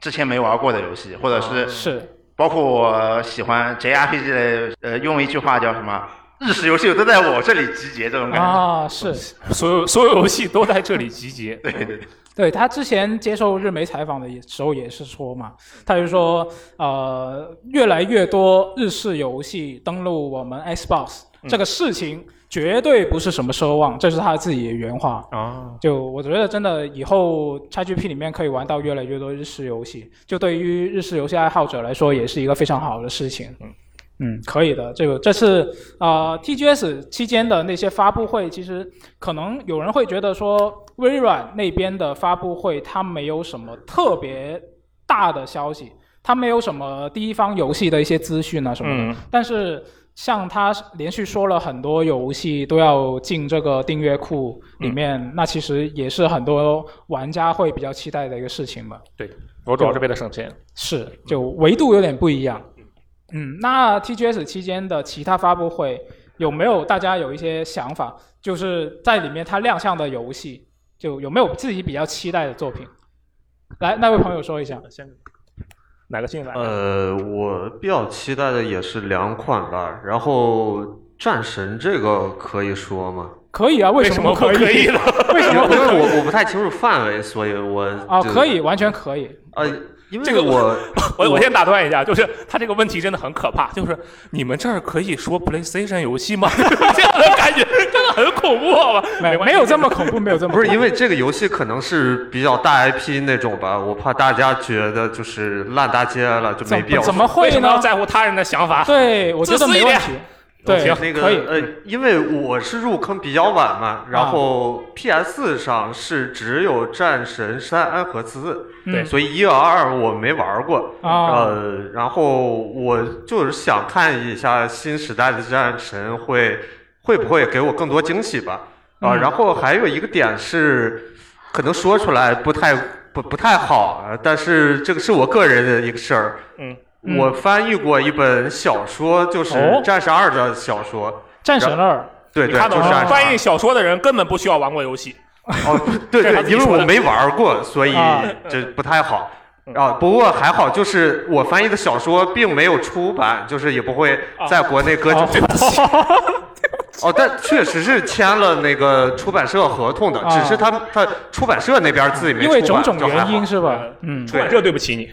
之前没玩过的游戏，或者是啊是包括我喜欢 JRPG 的，呃，用一句话叫什么？日式游戏都在我这里集结这种感觉。啊，是所有所有游戏都在这里集结。对对对， 对他之前接受日媒采访的也时候也是说嘛，他就说呃，越来越多日式游戏登陆我们 Xbox 这个事情绝对不是什么奢望，这是他自己的原话。啊，就我觉得真的以后 XGP 里面可以玩到越来越多日式游戏，就对于日式游戏爱好者来说也是一个非常好的事情。嗯，可以的。这个这次啊 TGS 期间的那些发布会，其实可能有人会觉得说，微软那边的发布会它没有什么特别大的消息，它没有什么第一方游戏的一些资讯啊什么的。嗯但是像他连续说了很多游戏都要进这个订阅库里面，那其实也是很多玩家会比较期待的一个事情吧。对我主要是为了省钱。是，就维度有点不一样。嗯，那 TGS 期间的其他发布会有没有大家有一些想法？就是在里面它亮相的游戏，就有没有自己比较期待的作品？来，那位朋友说一下。哪个先来？呃，我比较期待的也是两款吧。然后战神这个可以说吗？可以啊，为什么不可可以？以了？ 为什因为么不因可为以？我我不太清楚范围，所以我啊，就可以，。完全可以。呃，因这为个我 我我先打断一下，就是他这个问题真的很可怕，就是你们这儿可以说 PlayStation 游戏吗？ 这样的感觉真的很恐怖，好吧？没关没系有这么恐怖，没 有这么不是因为为这个游戏可能是比较大 IP 那种吧，我怕大家觉得就是烂大街了，就没必要怎么为会什么哎要呢？在乎他人的想法？对，我自觉得私没一问点题。行对，那个可以。啊呃，因为我是入坑比较晚嘛，然后 PS 上是只有战神三安和四，嗯对所以一和二我没玩过。啊呃，然后我就是想看一下新时代的战神会会不会给我更多惊喜吧。啊、嗯嗯然后还有一个点是，可能说出来不太不不太好，呃但是这个是我个人的一个事儿。嗯，我翻译过一本小说，就是哦《战神二》的小说。战神二，对你对，看到就了是吗按翻译小说的人根本不需要玩过游戏。哦，对这是他自对，己因为说的我没玩过，所以啊嗯这不太好。啊，不过还好，就是我翻译的小说并没有出版，就是也不会在国内搁置。 哦，但确实是签了那个出版社合同的，啊只是他他出版社那边自己没 因出版，为种种就还原好因是吧？嗯，出版社对不起你，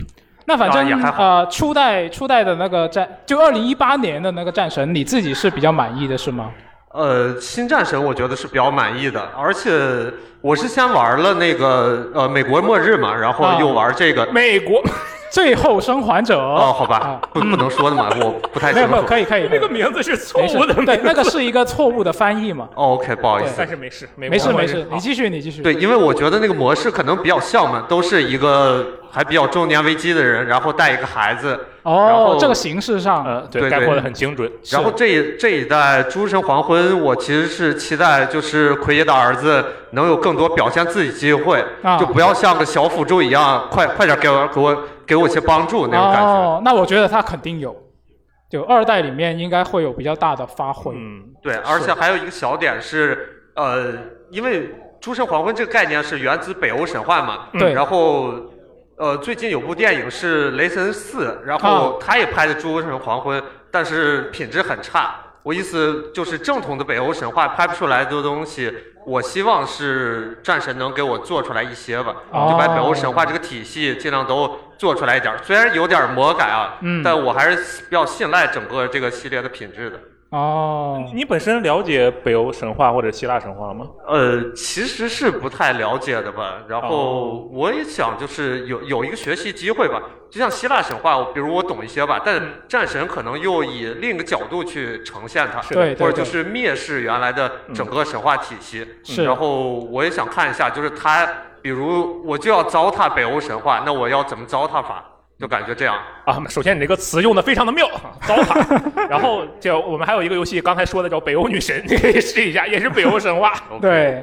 那反啊也正、还好呃，初代初代的那个战，就二零一八年的那个战神，你自己是比较满意的是吗？呃，新战神我觉得是比较满意的，而且我是先玩了那个呃美国末日嘛，然啊后又玩这个。美国 最后生还者哦，好啊吧，不不能说的 嘛，我不太没清有没有，楚。可以可以，那个名字是错没事误的名字，对，那个是一个错误的翻译嘛，哦 OK，不好意思。但是没事，没没事没关系事，好你继续你继续，对，因为我觉得那个模式可能比较像嘛，都是一个还比较中年危机的人，然后带一个孩子，然哦后，这个形式上、呃，对概对括的很精准。然后这一这一代《诸神黄昏》，我其实是期待就是奎爷的儿子能有更多表现自己机会，啊就不要像个小辅助一样，快快点给我给我给我一些帮助那种感觉。哦，那我觉得他肯定有，就二代里面应该会有比较大的发挥，嗯，对，而且还有一个小点是，呃，因为诸神黄昏这个概念是源自北欧神话嘛，对然后。呃，最近有部电影是《雷神四》，然后啊他也拍的《诸神黄昏》，但是品质很差。我意思就是，正统的北欧神话拍不出来的东西，我希望是战神能给我做出来一些吧，哦就把北欧神话这个体系尽量都做出来一点儿。虽然有点儿魔改啊，嗯但我还是比较信赖整个这个系列的品质的。哦，你本身了解北欧神话或者希腊神话吗？呃，其实是不太了解的吧。然后哦我也想，就是有有一个学习机会吧。就像希腊神话，我比如我懂一些吧，但嗯战神可能又以另一个角度去呈现它，是的对对或者对嗯就是蔑视原来的整个神话体系。是然后我也想看一下，就是他，比如我就要糟蹋北欧神话，那我要怎么糟蹋法？就感觉这样。啊，首先你这个词用的非常的妙， 糟 蹋。然后就我们还有一个游戏，刚才说的叫《北欧女神》，你可以试一下，也是北欧神 话。 对，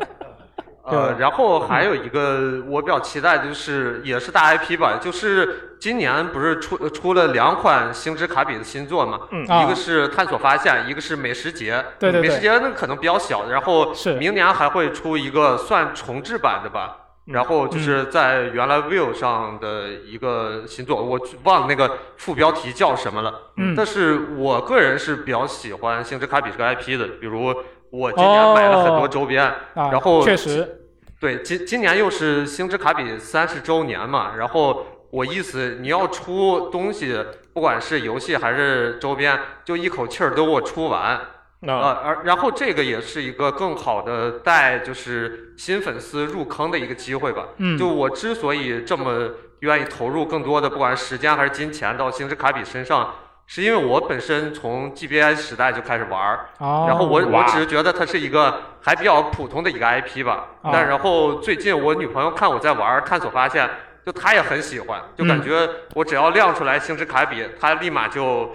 呃对，然后还有一个我比较期待，就是也是大 IP 吧，就是今年不是出出了两款星之卡比的新作嘛，嗯啊一个是探索发现，一个是美食节。对对对美食节那个可能比较小，然后是明年还会出一个算重制版的吧，然后嗯就是在原来 View 上的一个新作，我忘了那个副标题叫什么了。嗯但是我个人是比较喜欢星之卡比这个 IP 的，比如我今年买了很多周边，哦啊，然后确实，对，今今年又是星之卡比三十周年嘛，然后我意思你要出东西，不管是游戏还是周边，就一口气儿都给我出完。啊那呃，而然后这个也是一个更好的带就是新粉丝入坑的一个机会吧。嗯就我之所以这么愿意投入更多的，不管是时间还是金钱到星之卡比身上，是因为我本身从 GBA 时代就开始玩儿，哦，然后我我哇只是觉得它是一个还比较普通的一个 IP 吧。哦但然后最近我女朋友看我在玩儿，探索发现，就她也很喜欢，就嗯感觉我只要亮出来星之卡比，她立马就。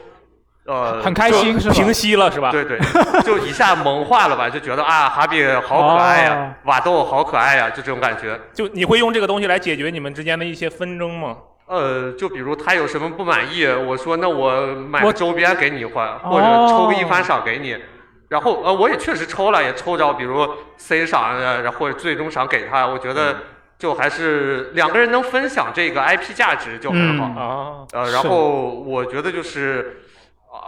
呃，很开心是吧？平息了是吧？对对， 就一下萌化了吧，就觉得啊，哈比好可爱呀、哦瓦豆好可爱呀、就这种感觉。就你会用这个东西来解决你们之间的一些纷争吗？呃，就比如他有什么不满意，我说那我买个我周边给你哦换，或者抽个一番赏给你。然后呃，我也确实抽了，也抽着，比如 C 赏啊，然后或者最终赏给他，我觉嗯得就还是两个人能分享这个 IP 价值就很好。嗯啊，呃，然后我觉得就是，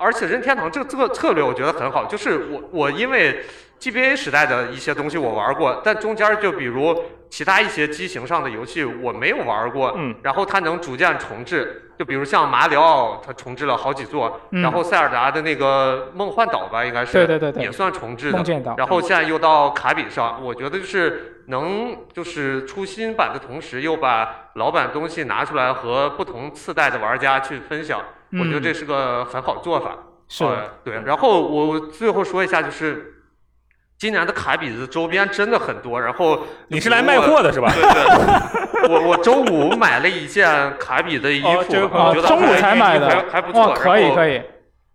而且任天堂这个这个策略我觉得很好，就是我我因为 GBA 时代的一些东西我玩过，但中间就比如其他一些机型上的游戏我没有玩过，嗯，然后它能逐渐重置，就比如像马里奥，它重置了好几座，嗯然后塞尔达的那个梦幻岛吧，应该是，对对对对也算重置的梦，见岛，然后现在又到卡比上，我觉得就是能就是出新版的同时，又把老版东西拿出来和不同次代的玩家去分享，我觉得嗯这是个很好做法。是呃对。然后我最后说一下，就是今年的卡比的周边真的很多，然后你是来卖货的是吧？对对，我我周五买了一件卡比的衣服，哦这个我觉得中午还才买的还还不哇，错，可以可以。以，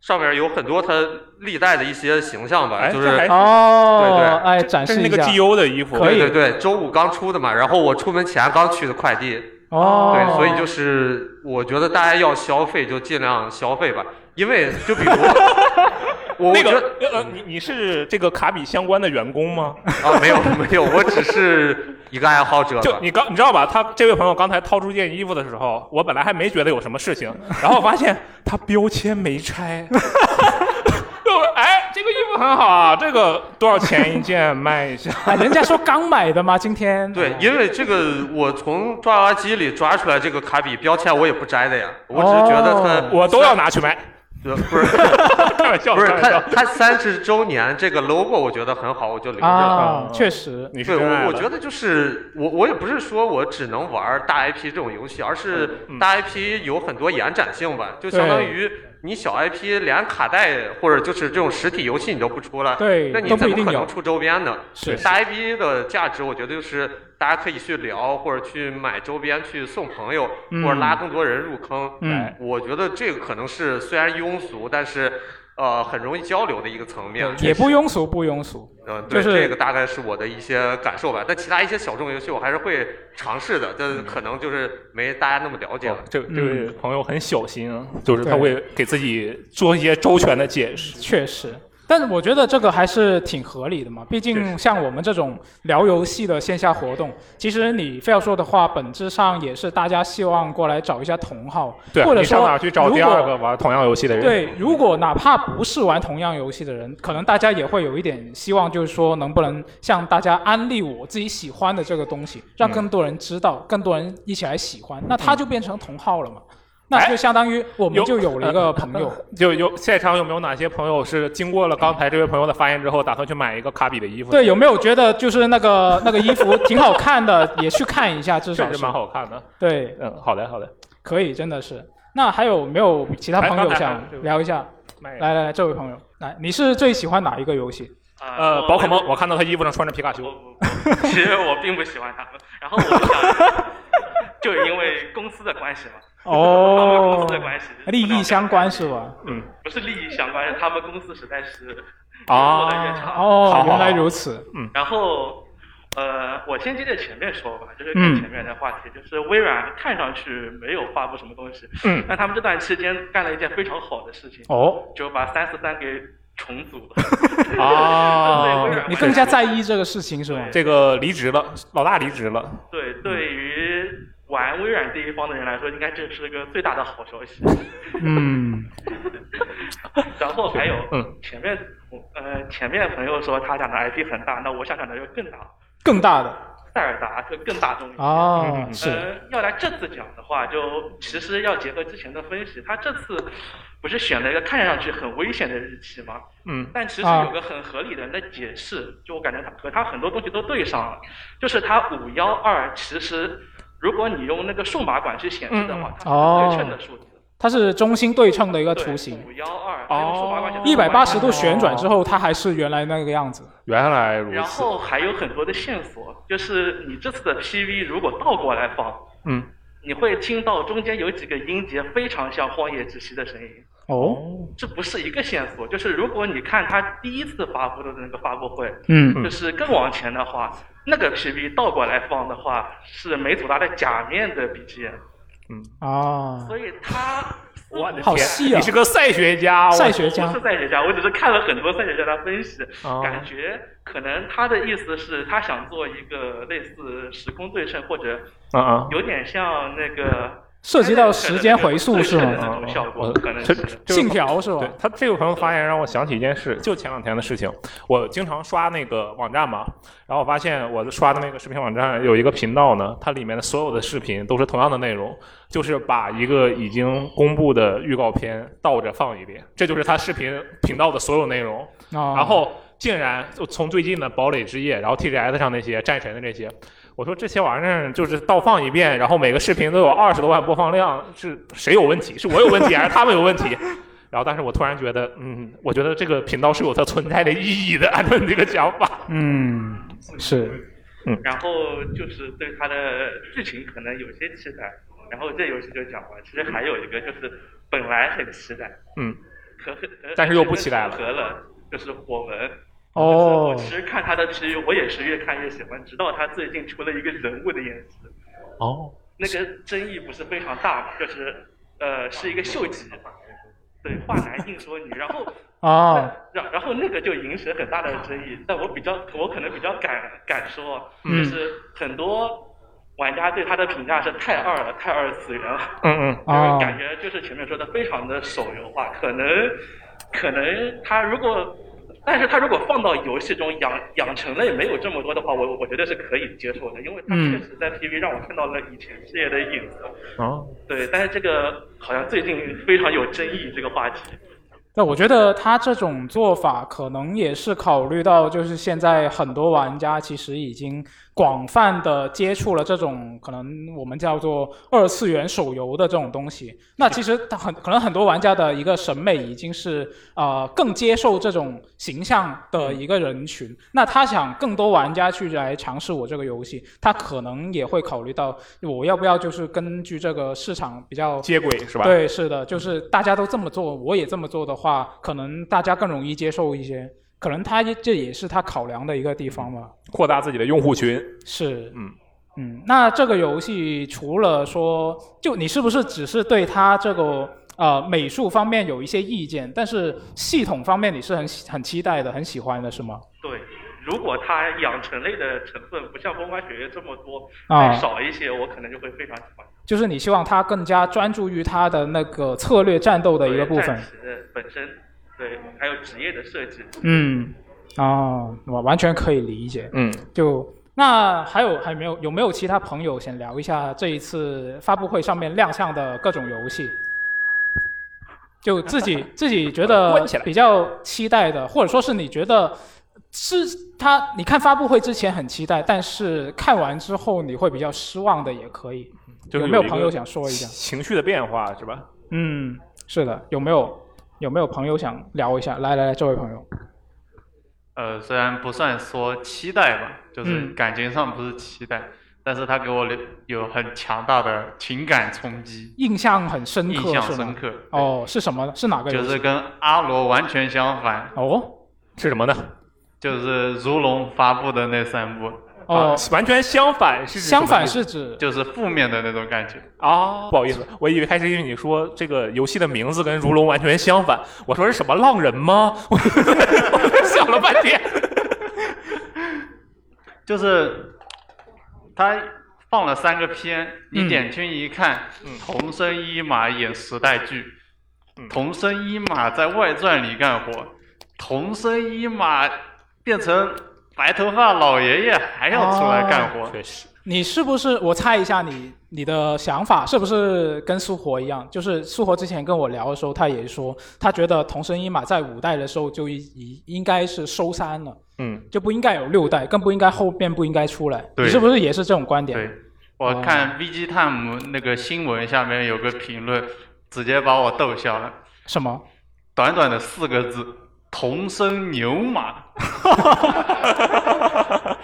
上面有很多它历代的一些形象吧，哎，就这是还对哦对，哎，这展这示是那一个下， GU 的衣服，可以对对对，周五刚出的嘛，然后我出门前刚取的快递，哦，对，所以就是我觉得大家要消费就尽量消费吧，因为就比如我我那觉得个呃，呃你你是这个卡比相关的员工吗？啊没有没有，我只是一个爱好者就吧。你刚你知道吧？他这位朋友刚才掏出件衣服的时候，我本来还没觉得有什么事情，然后发现他标签没拆。就是哎，这个衣服很好啊，这个多少钱一 件？卖一下。哎，人家说刚买的嘛，今天对，因为这个我从抓娃娃机里抓出来这个卡比标签，我也不摘的呀，我只是觉得它哦我都要拿去卖。呃不是开玩笑，不是开玩它笑。它三十周年这个 logo 我觉得很好，我就留着。啊，确实，你是对，真爱我我了觉得就是我我也不是说我只能玩大 IP 这种游戏，而是嗯大 IP 有很多延展性吧，就相当于你小 IP 连卡带或者就是这种实体游戏你都不出了，对那你都不怎一定么可有能出周边呢？是大 IP 的价值，我觉得就是大家可以去聊或者去买周边去送朋友，嗯或者拉更多人入坑。哎嗯，我觉得这个可能是虽然庸俗，但是。呃，很容易交流的一个层面，也不庸俗，不庸俗，嗯，就对，是这个大概是我的一些感受吧。但其他一些小众游戏我还是会尝试的，嗯但可能就是没大家那么了解哦了。这这位朋友很小心啊，嗯就是他会给自己做一些周全的解释。确实。但是我觉得这个还是挺合理的嘛，毕竟像我们这种聊游戏的线下活动，其实你非要说的话，本质上也是大家希望过来找一下同好，对，啊或者你上说哪儿去找如第果二个玩同样游戏的人？对，如果哪怕不是玩同样游戏的人，可能大家也会有一点希望，就是说能不能向大家安利我自己喜欢的这个东西，让更多人知道，更多人一起来喜欢，那嗯他就变成同好了嘛。哎那就相当于我们有就有了一个 朋友，就有现场有没有哪些朋友是经过了刚才这位朋友的发言之后，打算去买一个卡比的衣服？对，有没有觉得就是那个 那个衣服挺好看的，也去看 一下，至确少实是蛮好看的。对，嗯，好的好的，可以，真的是。那还有没有其他朋来友刚才想 还有这位聊一下？卖一个来来来，这位朋友，来，你是最喜欢哪一个游 戏？呃，宝可梦，我看到他衣服上穿着皮卡丘。不不不，其实我并不喜欢他们。然后我就想， 就是因为公司的关系嘛，他们公哦司的关系，利益相关是吧？嗯不是利益相关，是他们公司实在是啊做的越差。好哦好，原来好如此。嗯然后，呃，我先接着前面说吧，就是嗯跟前面的话题，就是微软看上去没有发布什么东西，嗯但他们这段期间干了一件非常好的事情，哦，就把三四三给重组 的。啊对微软你更加在意这个事情是吗？这个离职了，老大离职了， 对，嗯对于玩微软这一方的人来说，应该这是个最大的好消 息。嗯，然后还有，嗯，前面我呃前面朋友说他讲的 IP 很大，那我想讲的就更大，更大的塞尔达就更大众一些。嗯哦，是呃，要来这次讲的话，就其实要结合之前的分析，他这次不是选了一个看上去很危险的日期吗？嗯，但其实啊有个很合理的人的解释，就我感觉他和他很多东西都对上了，就是他五幺二其实如果你用那个数码管去显示的话，它哦是对称的数字，它是中心对称的一个图形，五幺二，它用数码管显示一百八十的话度旋转之后，它还是原来那个样子。原来如然此。后还有很多的线索，就是你这次的 PV 如果倒过来放，嗯，你会听到中间有几个音节非常像《荒野之息》的声音。哦，这不是一个线索，就是如果你看他第一次发布的那个发布会，嗯就是更往前的话，那个 PV 倒过来放的话是梅祖拉的假面的 BGM，嗯啊，所以他我的好天细啊你是个赛学家，我赛学不家是赛学家，我只是看了很多赛学家的分析，哦感觉可能他的意思是，他想做一个类似时空对称，或者嗯嗯。有点像那个涉及到时间回溯是那吗？种效果，我可能这是这信条是吧对？他这个朋友发言让我想起一件事，就前两天的事情。我经常刷那个网站嘛，然后我发现我刷的那个视频网站有一个频道呢，它里面的所有的视频都是同样的内容，就是把一个已经公布的预告片倒着放一遍，这就是它视频频道的所有内容。啊，然后竟然就从最近的《堡垒之夜》，然后 TGS 上那些战神的这些，我说这些玩意儿就是倒放一遍，然后每个视频都有二十多万播放量，是谁有问题？是我有问题还是他们有问题？ 然后，但是我突然觉得，嗯，我觉得这个频道是有它存在的意义的。按照你这个讲法，嗯，是然后就是对它的剧情可能有些期待，然后这游戏就讲完。其实还有一个就是本来很期待， 嗯，可可但是又不期待了和了，就是火纹。哦就是我其实看他的 P，我也是越看越喜欢，直到他最近出了一个人物的演示，哦，那个争议不是非常大嘛，就是呃是一个秀吉，对，画男硬说女，然后啊，然然后那个就引起了很大的争议，但我比较，我可能比较敢敢说，嗯就是很多玩家对他的评价是太二了，太二次元了，嗯嗯，哦 就是感觉就是前面说的非常的手游化，可能可能他如果，但是他如果放到游戏中养养成类没有这么多的话，我我觉得是可以接受的，因为他嗯确实在 PV 让我看到了以前事业的影子，哦，对，但是这个好像最近非常有争议这个话题，对，我觉得他这种做法可能也是考虑到，就是现在很多玩家其实已经广泛的接触了这种可能我们叫做二次元手游的这种东西。那其实他很可能很多玩家的一个审美已经是呃更接受这种形象的一个人群。那他想更多玩家去来尝试我这个游戏，他可能也会考虑到我要不要就是根据这个市场比较接轨是吧？，对，是的，就是大家都这么做，我也这么做的话，可能大家更容易接受一些。可能他也这也是他考量的一个地方吧。扩大自己的用户群。是，嗯嗯，那这个游戏除了说，就你是不是只是对它这个呃美术方面有一些意见，但是系统方面你是很喜很期待的，很喜欢的是吗？对，如果它养成类的成分不像风花雪月这么多，啊再少一些，我可能就会非常喜欢。就是你希望它更加专注于它的那个策略战斗的一个部分战。士本身，对，还有职业的设计，嗯，哦，我完全可以理解。嗯，就那还有还有没有有没有其他朋友想聊一下这一次发布会上面亮相的各种游戏？就自己自己觉得关起来比较期待的，或者说是你觉得是他，你看发布会之前很期待，但是看完之后你会比较失望的也可以。嗯就是有没有一个朋友想说一下情绪的变化是吧？嗯，是的，有没有有没有朋友想聊一下？来来来，这位朋友，呃，虽然不算说期待吧，就是嗯感情上不是期待，但是他给我留有很强大的情感冲击，印象很深印刻象是吗深？刻。哦，是什么呢？是哪个游就戏？是跟阿罗完全相反，哦是什么呢？就是如龙发布的那三部，哦、完全相反是指什么意思相反是指就是负面的那种感觉。啊，不好意思，我以为开始因为你说这个游戏的名字跟《如龙》完全相反，我说是什么浪人吗？ 我我想了半天。就是他放了三个片，嗯你点进去一看，童生一马演时代剧，嗯童生一马在外传里干活，童生一马变成白头发老爷爷还要出来干活，哦确实，你是不是？我猜一下你你的想法是不是跟苏活一样？就是苏活之前跟我聊的时候，他也说他觉得童生一马在五代的时候就已已应该是收山了，嗯，就不应该有六代，更不应该后面不应该出来。对你是不是也是这种观点？对，我看 VG 探母那个新闻下面有个评论，直接把我逗笑了。什么？短短的四个字：童生牛马。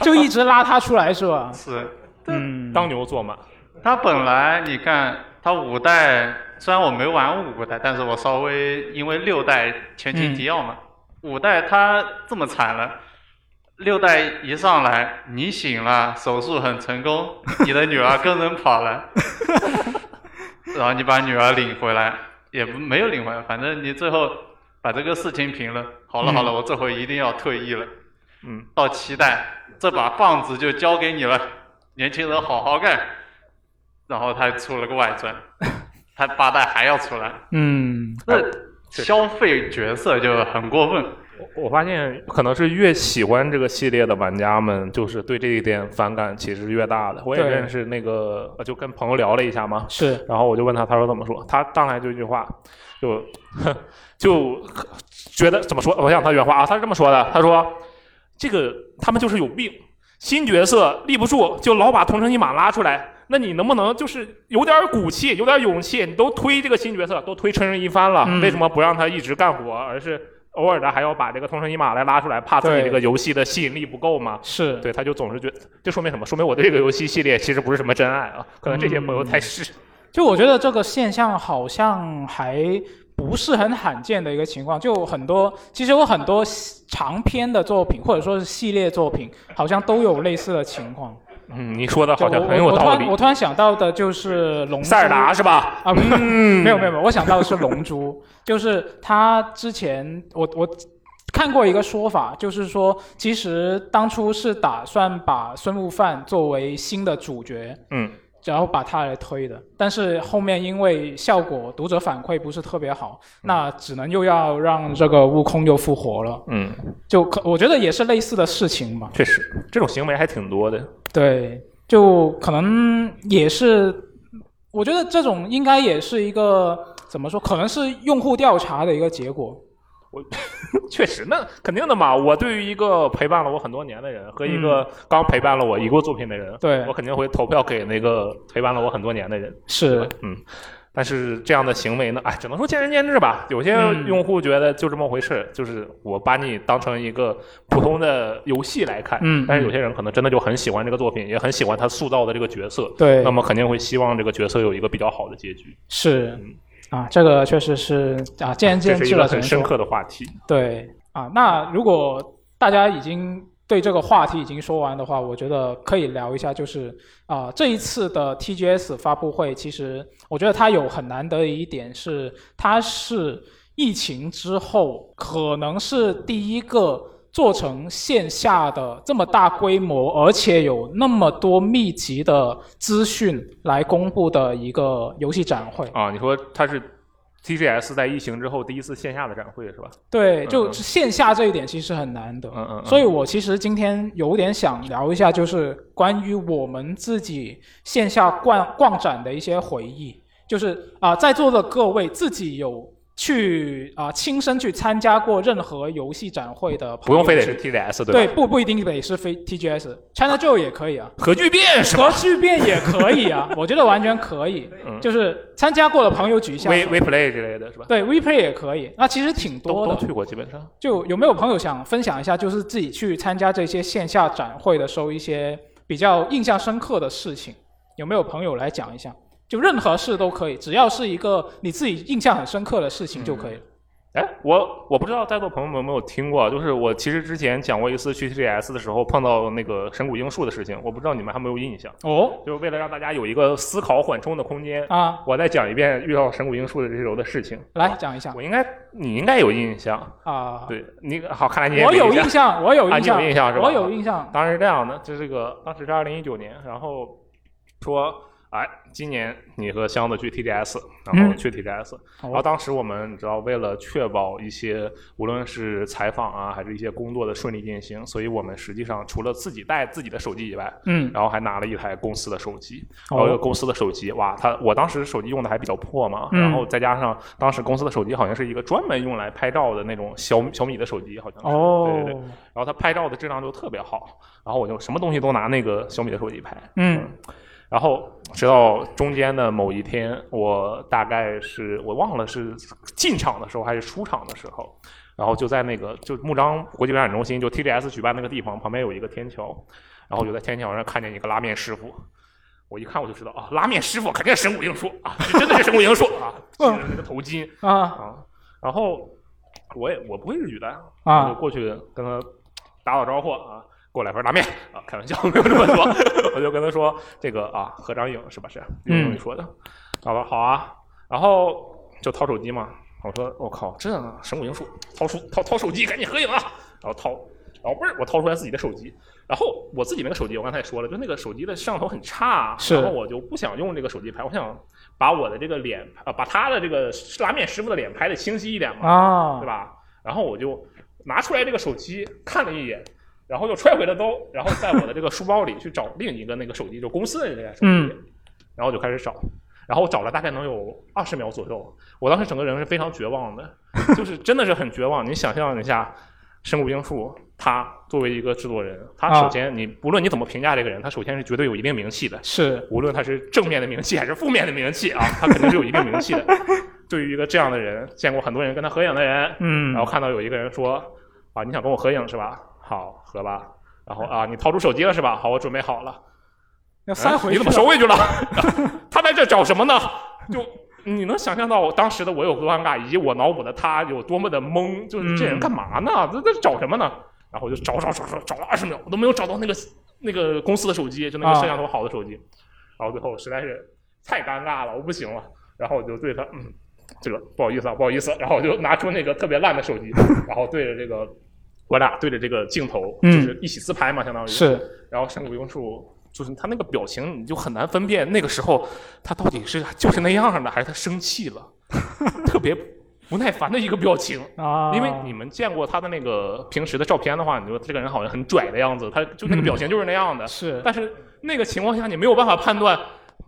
就一直拉他出来是吧？是，嗯，当牛做马。他本来你看他五代，虽然我没玩五代，但是我稍微因为六代前情提要嘛，五代他这么惨了。六代一上来，你醒了，手术很成功，你的女儿跟人跑了，然后你把女儿领回来，也不没有领回来，反正你最后把这个事情平了。好了好了，我这回一定要退役了。嗯，到七代，这把棒子就交给你了，年轻人好好干。然后他出了个外传，他八代还要出来，嗯，那消费角色就很过分。我发现可能是越喜欢这个系列的玩家们，就是对这一点反感其实越大的。我也对认识那个，呃就跟朋友聊了一下嘛，是，然后我就问他，他说怎么说？他上来就一句话，就 就觉得怎么说？我想他原话啊，他是这么说的，他说这个他们就是有病，新角色立不住，就老把同城一马拉出来。那你能不能就是有点骨气，有点勇气？你都推这个新角色，都推陈胜一番了，嗯为什么不让他一直干活，而是偶尔的还要把这个同城一马来拉出来，怕自己对这个游戏的吸引力不够嘛？是，对，他就总是觉得，这说明什么？说明我对这个游戏系列其实不是什么真爱啊，可能这些朋友太是。就我觉得这个现象好像还不是很罕见的一个情况，就很多其实有很多长篇的作品或者说是系列作品，好像都有类似的情况。嗯，你说的就好像我很有我突道然理我。突然想到的就是龙珠塞尔达是吧？嗯啊，不是没有没有没有，我想到的是龙珠，就是他之前我我看过一个说法，就是说其实当初是打算把孙悟饭作为新的主角，嗯，然后把他来推的，但是后面因为效果读者反馈不是特别好，那只能又要让这个悟空又复活了，嗯，就可我觉得也是类似的事情嘛，确实，这种行为还挺多的。对，就可能也是，我觉得这种应该也是一个怎么说，可能是用户调查的一个结果。确实，那肯定的嘛。我对于一个陪伴了我很多年的人和一个刚陪伴了我一个作品的人，嗯对我肯定会投票给那个陪伴了我很多年的人。是，嗯但是这样的行为呢，哎，只能说见仁见智吧。有些嗯用户觉得就这么回事，就是我把你当成一个普通的游戏来看。嗯但是有些人可能真的就很喜欢这个作品，也很喜欢他塑造的这个角色。对那，么肯定会希望这个角色有一个比较好的结局。是啊，这个确实是啊，见仁这见是一智个了，只很能深说刻的话题。对啊。那如果大家已经对这个话题已经说完的话，我觉得可以聊一下，就是啊，这一次的 TGS 发布会，其实我觉得它有很难得的一点是，它是疫情之后可能是第一个做成线下的这么大规模，而且有那么多密集的资讯来公布的一个游戏展会。啊，你说它是 TGS 在疫情之后第一次线下的展会是吧？对，嗯就嗯线下这一点其实很难得。嗯嗯嗯所以我其实今天有点想聊一下，就是关于我们自己线下逛逛展的一些回忆，就是啊、在座的各位自己有去啊、亲身去参加过任何游戏展会的朋不友用非得去是 TGS 对吧？对，不不一定得是非 TGS，China Joe 也可以啊。核聚变是吧？核聚变也可 以啊，我觉得完全可以。嗯就是参加过的朋友举一下 V 手， V Play 之类的是吧？对 WePlay 也可以。那其实挺都多的都，去过，基本上。就有没有朋友想分享一下，就是自己去参加这些线下展会的时候一些比较印象深刻的事情？有没有朋友来讲一下？就任何事都可以，只要是一个你自己印象很深刻的事情就可以了。哎，我我不知道在座朋友们有没有听过，啊就是我其实之前讲过一次去 TGS 的时候碰到那个神谷英树的事情，我不知道你们还有没有印象。哦，就是为了让大家有一个思考缓冲的空间啊，我再讲一遍遇到神谷英树的这时候的事情。来讲一下我应该，你应该有印象。啊。对你好，看来你也我没有印印。象，我有啊印你象，有印象是吧我有印象。当时是这样的，这是个当时是二零一九年，然后说，哎，今年你和箱子去 TGS，然后嗯去 TGS，、好然后当时我们你知道，为了确保一些无论是采访啊，还是一些工作的顺利进行，所以我们实际上除了自己带自己的手机以外，嗯，然后还拿了一台公司的手机，哦然后这个公司的手机，哇，它我当时手机用的还比较破嘛，嗯然后再加上当时公司的手机好像是一个专门用来拍照的那种小小米的手机，好像是，哦，对对对，然后它拍照的质量就特别好，然后我就什么东西都拿那个小米的手机拍，嗯然后直到中间的某一天，我大概是我忘了是进场的时候还是出场的时候，然后就在那个就木张国际表演中心，就 TGS 举办那个地方旁边有一个天桥，然后我就在天桥上看见一个拉面师傅。我一看我就知道啊，拉面师傅肯定是神武英树啊，真的是神武英树 啊，系着那个头巾嗯啊啊，然后我也我不会日语的，我啊就过去跟他打打招呼啊，给我来份拉面啊，开玩笑没有这 么说，我就跟他说这个啊，合张影是吧？是，嗯用你说的，他说好啊，然后就掏手机嘛，我说我靠，这神武英树，掏出掏掏手机，赶紧合影啊，然后掏，然后不是我掏出来自己的手机。然后我自己那个手机，我刚才也说了，就那个手机的摄像头很差，啊是然后我就不想用这个手机拍，我想把我的这个脸，呃，把他的这个拉面师傅的脸拍的清晰一点嘛，啊对，吧？然后我就拿出来这个手机看了一眼，然后又揣回了兜，然后在我的这个书包里去找另一个那个手机，就公司的那台手机，嗯然后我就开始找，然后我找了大概能有二十秒左右，我当时整个人是非常绝望的，就是真的是很绝望。你想象一下，神谷英树他作为一个制作人，他啊首先你不论你怎么评价这个人，他首先是绝对有一定名气的，是无论他是正面的名气还是负面的名气啊，他肯定是有一定名气的。对于一个这样的人，见过很多人跟他合影的人，嗯然后看到有一个人说：“啊，你想跟我合影是吧？好，合吧。”然后啊，你掏出手机了是吧？好，我准备好了。要塞嗯回去了。你怎么收回去了？ 他在这找什 么呢？就你能想象到当时的我有多尴尬，以及我脑补的他有多么的懵，就是这嗯人干嘛呢？这这找什么呢？然后我就找找找找找了二十秒，我都没有找到那个那个公司的手机，就那个啊摄像头好的手机。然后最后实在是太尴尬了，我不行了，然后我就对他，嗯，这个不好意思啊，不好意思，然后我就拿出那个特别烂的 手机，然后对着这个我俩对着这个镜头，就嗯是一起自拍嘛，相当于是然后山谷英树就是他那个表情，你就很难分辨那个时候他到底是就是那样的，还是他生气了， 特别不耐烦的一个表情。啊？因为你们见过他的那个平时的照片的话，你就这个人好像很拽的样子，他就那个表情就是那样的。嗯是但是那个情况下，你没有办法判断，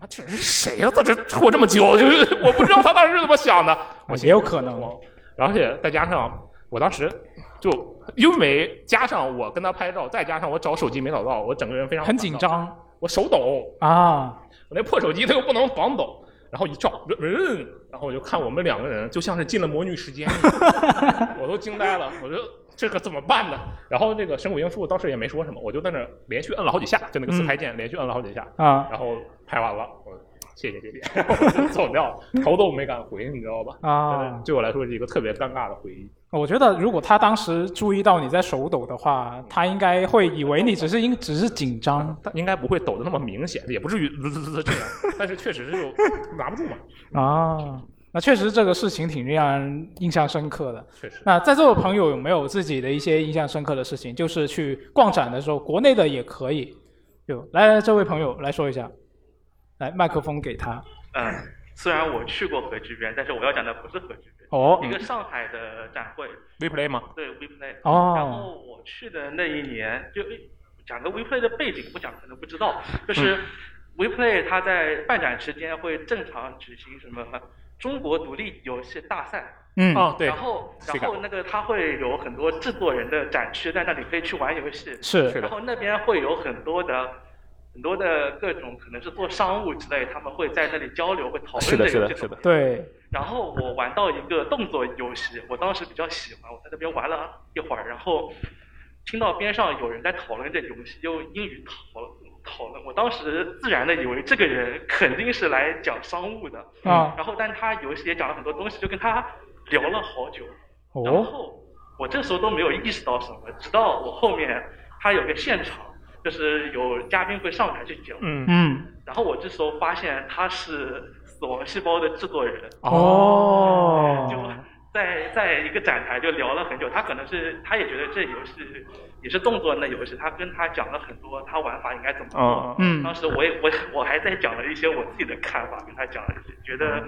妈这人是谁呀、他这拖这么久， 就是我不知道他当时是怎么想的。我心里也有可能很慌，而且再加上我当时就因为加上我跟他拍照，再加上我找手机没找到，我整个人非常很紧烦躁，张我手抖，啊我那破手机它又不能防抖，然后一照，嗯，然后我就看我们两个人就像是进了魔女时间 一样，我都惊呆了，我说这可怎么办呢？然后这个神谷英树当时也没说什么，我就在那儿连续摁了好几下，就那个自拍键连续摁了好几下，嗯啊然后拍完了，我谢谢谢谢，然后 我就走掉了，头都没敢回，你知道吧？啊！对我来说是一个特别尴尬的回忆。我觉得如果他当时注意到你在手抖的话，他应该会以为你只是因只是紧张但应该不会抖的那么明显，也不至于滋滋滋滋这样， 但是确实是 有拿不住嘛，嗯啊。那确实这个事情挺让人印象深刻的。确实。那在座的朋友有没有自己的一些印象深刻的事情？就是去逛展的时候，国内的也可以。就来来，这位朋友来说一下，来麦克风给他。啊嗯，虽然我去过核聚变，但是我要讲的不是核聚变，哦一个上海的展会， WePlay 吗？对 WePlay。然哦后我去的那一年，就讲个 WePlay 的背景，不讲可能不知道，就是嗯 WePlay 它在办展期间会正常举行什么中国独立游戏大赛，嗯哦，对然，后是然的后那个它会有很多制作人的展区在那里可以去玩游戏，是是的然后那边会有很多的。很多的各种可能是做商务之类，他们会在那里交流，会讨论是的，这是个的，这是种的。对然后我玩到一个动作游戏，我当时比较喜欢，我在那边玩了一会儿，然后听到边上有人在讨论这游戏，用英语讨论讨论，我当时自然的以为这个人肯定是来讲商务的，啊然后但他游戏也讲了很多东西，就跟他聊了好久，哦然后我这时候都没有意识到什么，直到我后面他有个现场，就是有嘉宾会上台去讲，嗯嗯，然后我这时候发现他是死亡细胞的制作人，就哦，在在一个展台就聊了很久，他可能是他也觉得这游戏也是动作类游戏，他跟他讲了很多他玩法应该怎么做。嗯嗯当时我也我我还在讲了一些我自己的看法，跟他讲了一些，觉得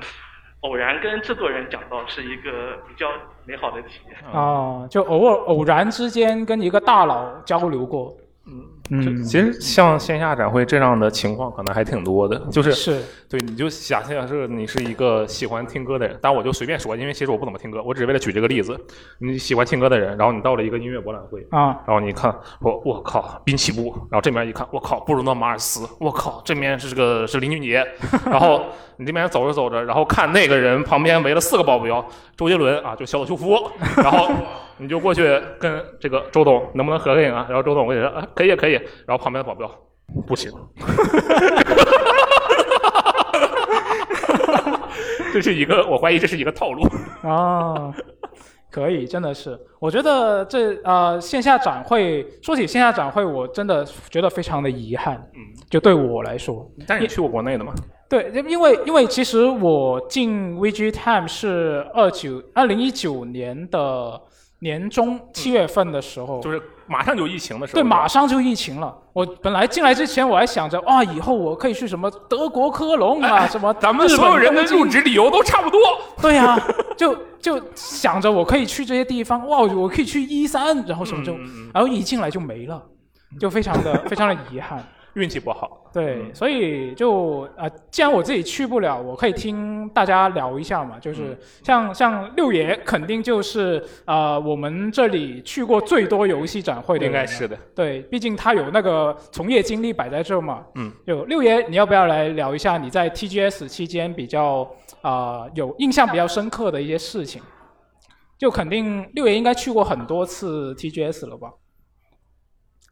偶然跟制作人讲到是一个比较美好的体验。啊，就偶尔偶然之间跟一个大佬交流过，嗯其实像线下展会这样的情况可能还挺多的，就是是对，你就想象是你是一个喜欢听歌的人，但我就随便说，因为其实我不怎么听歌，我只是为了举这个例子。你喜欢听歌的人，然后你到了一个音乐博览会，啊，然后你看，我我靠，滨崎步，然后这边一看，我靠，布鲁诺马尔斯，我靠，这边是个是林俊杰， 然后你这边走着走着，然后看那个人旁边围了四个保镖，周杰伦啊，就小岛秀夫，然后你就过去跟这个周董能不能合个影啊？然后周董跟你说啊，可以可以，然后旁边的保镖不行， 这是一个我怀疑这是一个套路，啊，可以，真的是，我觉得这呃线下展会，说起线下展会，我真的觉得非常的遗憾，嗯，就对我来说，但是你去过国内的吗？对，因因为因为其实我进 VG Time 是二九二零一九年的年中七月份的时候，嗯就是马上就疫情的时候，对，马上就疫情了。我本来进来之前我还想着，哇，以后我可以去什么德国科隆啊，什么哎咱们日本所有人的东京入职理由都差不多。 对呀、就就想着我可以去这些地方，哇，我可以去一三，然后什么嗯就，然后一进来就没了，就非常的非常的遗憾。运气不好。嗯对，所以就呃，既然我自己去不了，我可以听大家聊一下嘛。嗯就是像像六爷肯定就是呃，我们这里去过最多游戏展会的，应该是。的。对，毕竟他有那个从业经历摆在这嘛。嗯，就六爷，你要不要来聊一下你在 TGS 期间比较啊、呃有印象比较深刻的一些事情？就肯定六爷应该去过很多次 TGS 了吧？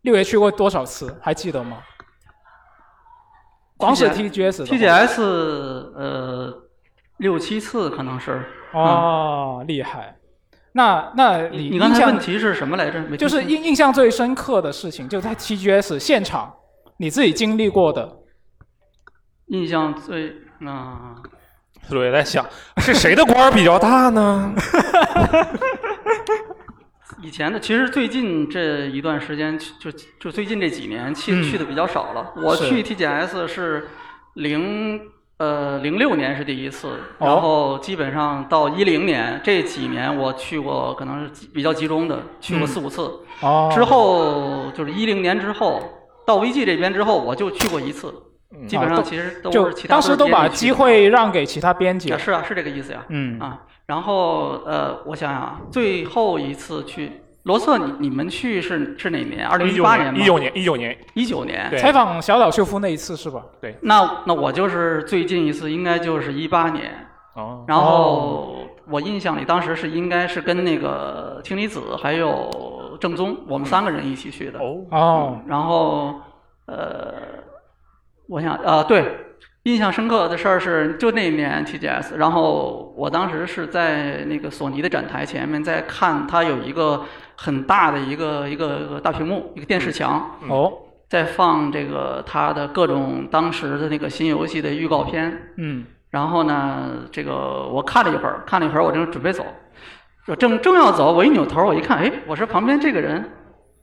六爷去过多少次？还记得吗？光是 TGS 的话 TGS 呃六七次可能是。嗯哦，厉害。那那你你刚印才象问题是什么来着？没听就是清印印象最深刻的事情，就在 TGS 现场你自己经历过的。印象最啊、 所以我在想，是谁的官儿比较大 呢？以前的，其实最近这一段时间，就就最近这几年去、嗯去的比较少了。我是去 TGS 是零呃零六年是第一次，哦然后基本上到一零年这几年我去过，可能是比较集中的，去过嗯四五次。哦之后就是一零年之后到 VG 这边之后，我就去过一次，基本啊上都其实都就是其他当时都都是把别人去机的会让给其他编辑啊了。是啊是这个意思呀。嗯啊，然后呃，我想想啊，最后一次去罗瑟，你你们去是是哪年？二零一一九八年，吗？一九年，一九年，一九年。嗯对采访小岛秀夫那一次是吧？那那我就是最近一次，应该就是一八年。哦，然后我印象里当时是应该是跟那个氢离子还有正宗，我们三个人一起去的。哦，哦，然后呃，我想啊、对，印象深刻的事儿是就那一年 TGS，然后我当时是在那个索尼的展台前面在看，它有一个很大的一个一个一个大屏幕，一个电视墙，哦，在放这个它的各种当时的那个新游戏的预告片，嗯，然后呢，这个我看了一会儿，看了一会儿，我正准备走，我正正要走，我一扭头，我一看，哎，我说旁边这个人，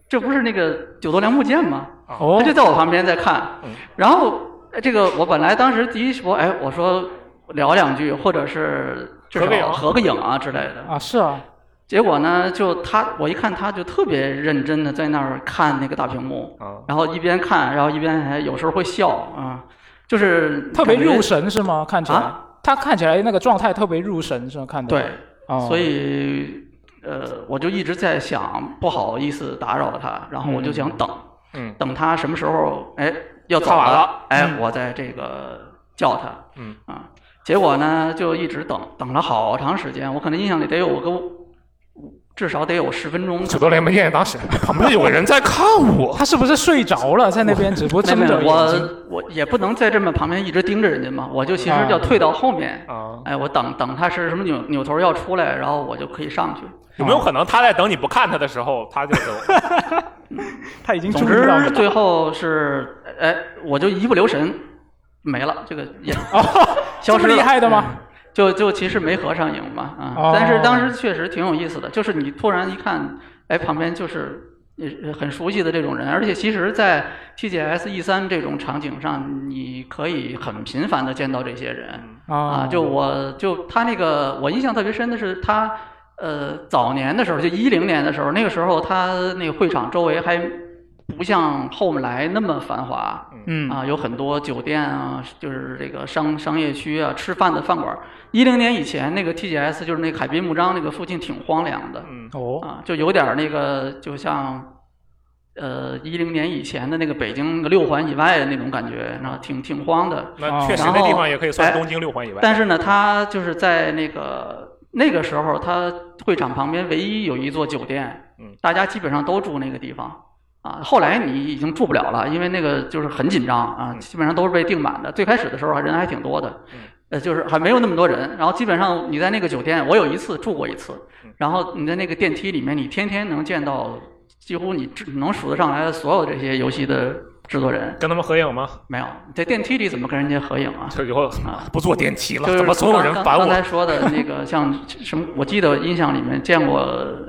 这不是那个九头梁木剑吗？哦他就在我旁边在看嗯。然后呃这个我本来当时第一说，哎，我说聊两句，或者是至合个影少合个影啊之类的。啊，是啊，结果呢，就他我一看他就特别认真的在那儿看那个大屏幕，嗯啊，然后一边看，然后一边还有时候会笑啊，就是特别感觉入神是吗？看起来啊，他看起来那个状态特别入神是吗？看的对，哦，所以呃，我就一直在想，不好意思打扰他，然后我就想等，嗯等他什么时候哎要走看完了，哎，嗯我再这个叫他，嗯啊，结果呢就一直等，等了好长时间，我可能印象里得有个五至少得有十分钟。走到雷门店，当时旁边有个人在看我，他是不是睡着了在那边？只不过没睁没着有，眼我睛。我也不能在这么旁边一直盯着人家嘛，我就其实啊要退到后面，哎，我等等他是什么扭扭头要出来，然后我就可以上去。有没有可能他在等你不看他的时候，他就走？他 已经总注意到之了最后是，哎，我就一不留神没了，这个也消失 这么了厉害的吗？嗯就就其实没合上影嘛啊，哦但是当时确实挺有意思的，就是你突然一看，哎，旁边就是呃很熟悉的这种人，而且其实，在 TGS E 3这种场景上，你可以很频繁的见到这些人哦啊。就我就他那个，我印象特别深的是他呃早年的时候，就一零年的时候，那个时候他那个会场周围还不像后来那么繁华，嗯啊，有很多酒店啊，就是这个商商业区啊，吃饭的饭馆。一零年以前，那个 TGS 就是那个海滨牧章那个附近挺荒凉的，嗯哦，啊，就有点儿那个，就像呃一零年以前的那个北京六环以外的那种感觉，然后挺挺荒的。啊那确实然那地后方也可以算哎东京六环以外。但是呢，它就是在那个那个时候，它会场旁边唯一有一座酒店，嗯大家基本上都住那个地方。啊，后来你已经住不了了，因为那个就是很紧张啊，嗯基本上都是被订满的。最开始的时候人还挺多的，呃，就是还没有那么多人。然后基本上你在那个酒店，我有一次住过一次，嗯然后你在那个电梯里面，你天天能见到几乎你只能数得上来的所有这些游戏的制作人。跟他们合影吗？没有，你在电梯里怎么跟人家合影啊？就以后不坐电梯了，就是怎么总有人刚烦刚才我？说的那个，像什么，我记得印象里面见过，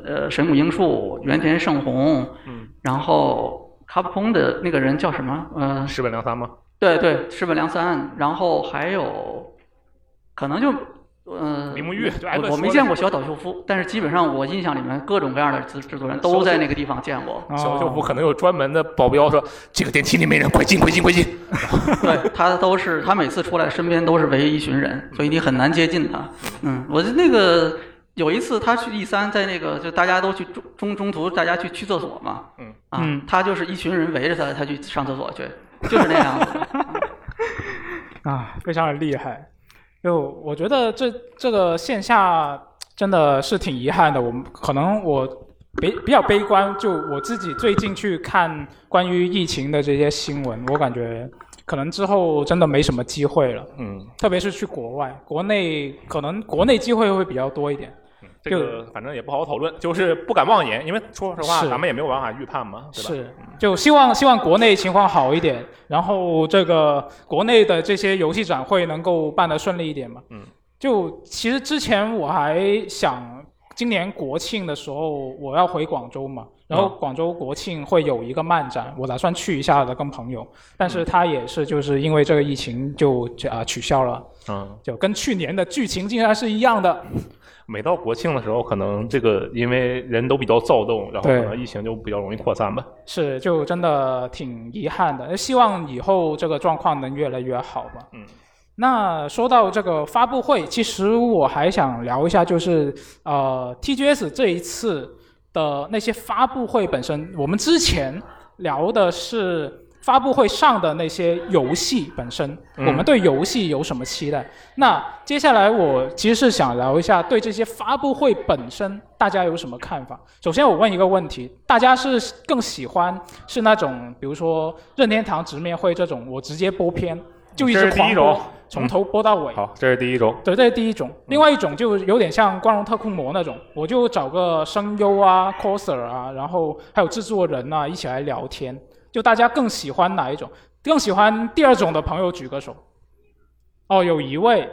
呃，神谷英树、原田胜宏，嗯，然后卡普空的那个人叫什么？呃，石本良三吗？对对，石本良三，然后还有可能就呃，铃木玉就挨个我我没说见的过小岛秀夫，但是基本上我印象里面各种各样的制制作人都在那个地方见过。啊小舅不可能有专门的保镖说这个电梯里没人，快进快进快进。对他都是他每次出来身边都是围一群人，所以你很难接近他。嗯，我就那个有一次他去 E 三，在那个就大家都去中中中途大家去去厕所嘛，嗯啊，嗯他就是一群人围着他，他去上厕所去，就是那 样子。啊，非常的厉害。就我觉得这这个线下真的是挺遗憾的，我们可能我比比较悲观，就我自己最近去看关于疫情的这些新闻，我感觉可能之后真的没什么机会了，嗯，特别是去国外，国内可能国内机会会比较多一点。这个反正也不好讨论，就是不敢妄言，因为说实话是咱们也没有办法预判嘛，对吧？嗯是，就希望希望国内情况好一点，然后这个国内的这些游戏展会能够办得顺利一点嘛。嗯，就其实之前我还想，今年国庆的时候我要回广州嘛，然后嗯广州国庆会有一个漫展，我打算去一下的，跟朋友。但嗯是他也是就是因为这个疫情就啊、取消了，嗯，就跟去年的剧情竟然是一样的。每到国庆的时候，可能这个因为人都比较躁动，然后对可能疫情就比较容易扩散吧。是，就真的挺遗憾的。希望以后这个状况能越来越好吧。嗯。那说到这个发布会，其实我还想聊一下，就是呃，TGS 这一次的那些发布会本身，我们之前聊的是发布会上的那些游戏本身，嗯我们对游戏有什么期待？那接下来我其实是想聊一下对这些发布会本身大家有什么看法。首先我问一个问题，大家是更喜欢是那种比如说任天堂直面会这种，我直接播片就一这直是第狂一播种，嗯从头播到尾。好，这是第一种。对，这是第一种。另外一种就有点像《光荣特库摩》那种，我就找个声优啊、coser 啊，然后还有制作人啊一起来聊天。就大家更喜欢哪一种？更喜欢第二种的朋友举个手。哦，有一位，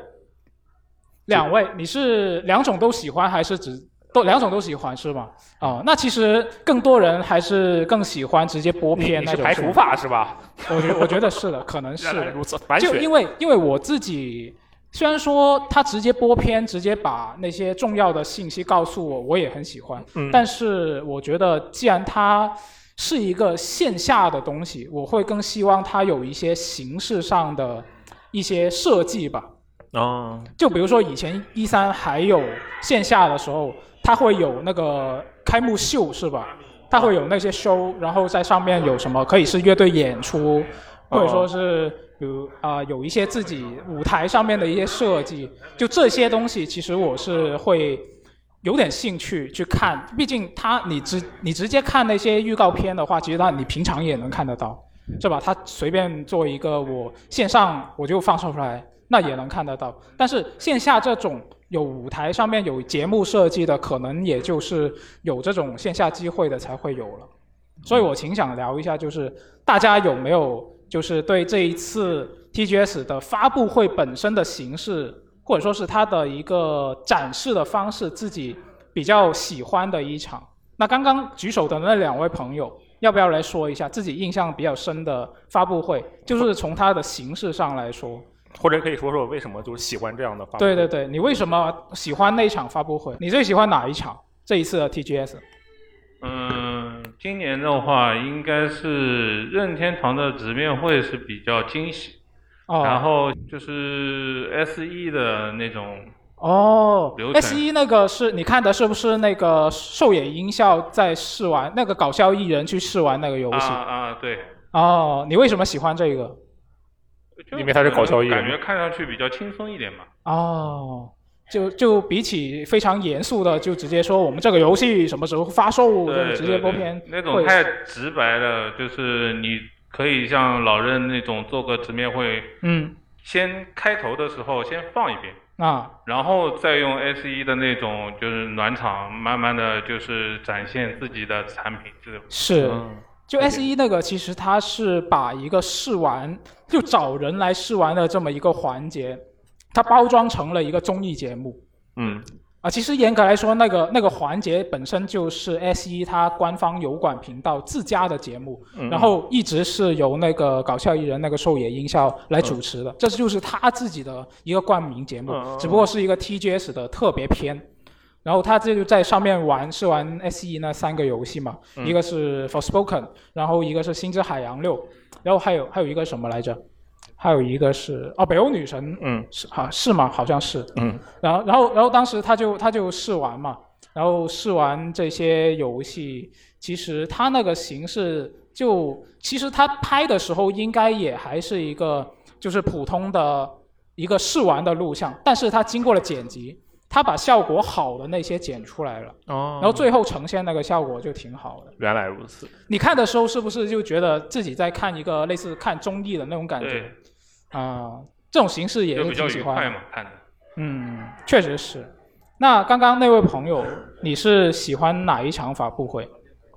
两位，你是两种都喜欢还是只都两种都喜欢是吗？哦，那其实更多人还是更喜欢直接播你片你那是种。排除吗法是吧？ 我觉我觉得是的，可能是原来的如此，反就选因为因为我自己虽然说他直接播片，直接把那些重要的信息告诉我，我也很喜欢。嗯但是我觉得，既然它是一个线下的东西，我会更希望它有一些形式上的一些设计吧。啊，就比如说以前一三还有线下的时候，它会有那个开幕秀是吧？它会有那些 show，然后在上面有什么可以是乐队演出，或者说是比如啊、有一些自己舞台上面的一些设计，就这些东西其实我是会有点兴趣去看，毕竟它你直你直接看那些预告片的话，其实它你平常也能看得到，是吧？它随便做一个我线上我就放送出来，那也能看得到。但是线下这种有舞台上面有节目设计的，可能也就是有这种线下机会的才会有了。所以我挺想聊一下，就是大家有没有就是对这一次 TGS 的发布会本身的形式，或者说是它的一个展示的方式，自己比较喜欢的一场？那刚刚举手的那两位朋友，要不要来说一下自己印象比较深的发布会？就是从它的形式上来说， 或者可以说说为什么就是喜欢这样的发布？对对对，你为什么喜欢那一场发布会？你最喜欢哪一场？这一次的 TGS？嗯，今年的话应该是任天堂的直面会是比较惊喜，哦然后就是 S E 的那种哦流程，S 一那个是你看的是不是那个兽野音效在试玩那个搞笑艺人去试玩那个游啊戏？啊，对，哦，你为什么喜欢这个？因为他是搞笑艺人感觉看上去比较轻松一点嘛。哦，就就比起非常严肃的，就直接说我们这个游戏什么时候发售，对就直接播对片，那种会太直白了，就是你可以像老任那种做个直面会，嗯先开头的时候先放一遍，啊然后再用 S 一的那种就是暖场，慢慢的就是展现自己的产品，是是，嗯就 S 一那个，其实它是把一个试玩，就找人来试玩的这么一个环节，它包装成了一个综艺节目嗯，啊。其实严格来说，那个那个环节本身就是 S 一它官方油管频道自家的节目，嗯然后一直是由那个搞笑艺人那个兽野音效来主持的，这就是他自己的一个冠名节目，嗯嗯嗯只不过是一个 TGS 的特别篇。然后他这就在上面玩是玩 SE 那三个游戏嘛，嗯一个是 Forspoken，然后一个是星之海洋六，然后还有还有一个什么来着？还有一个是哦，北欧女神，嗯，是啊，是吗？好像是，嗯，然后然后然后当时他就他就试玩嘛，然后试玩这些游戏，其实他那个形式就其实他拍的时候应该也还是一个就是普通的一个试玩的录像，但是他经过了剪辑，他把效果好的那些剪出来了，哦然后最后呈现那个效果就挺好的。原来如此，你看的时候是不是就觉得自己在看一个类似看综艺的那种感觉？啊、这种形式也就是比较挺愉喜欢快的。嘛，看着。嗯，确实是。那刚刚那位朋友，你是喜欢哪一场发布会？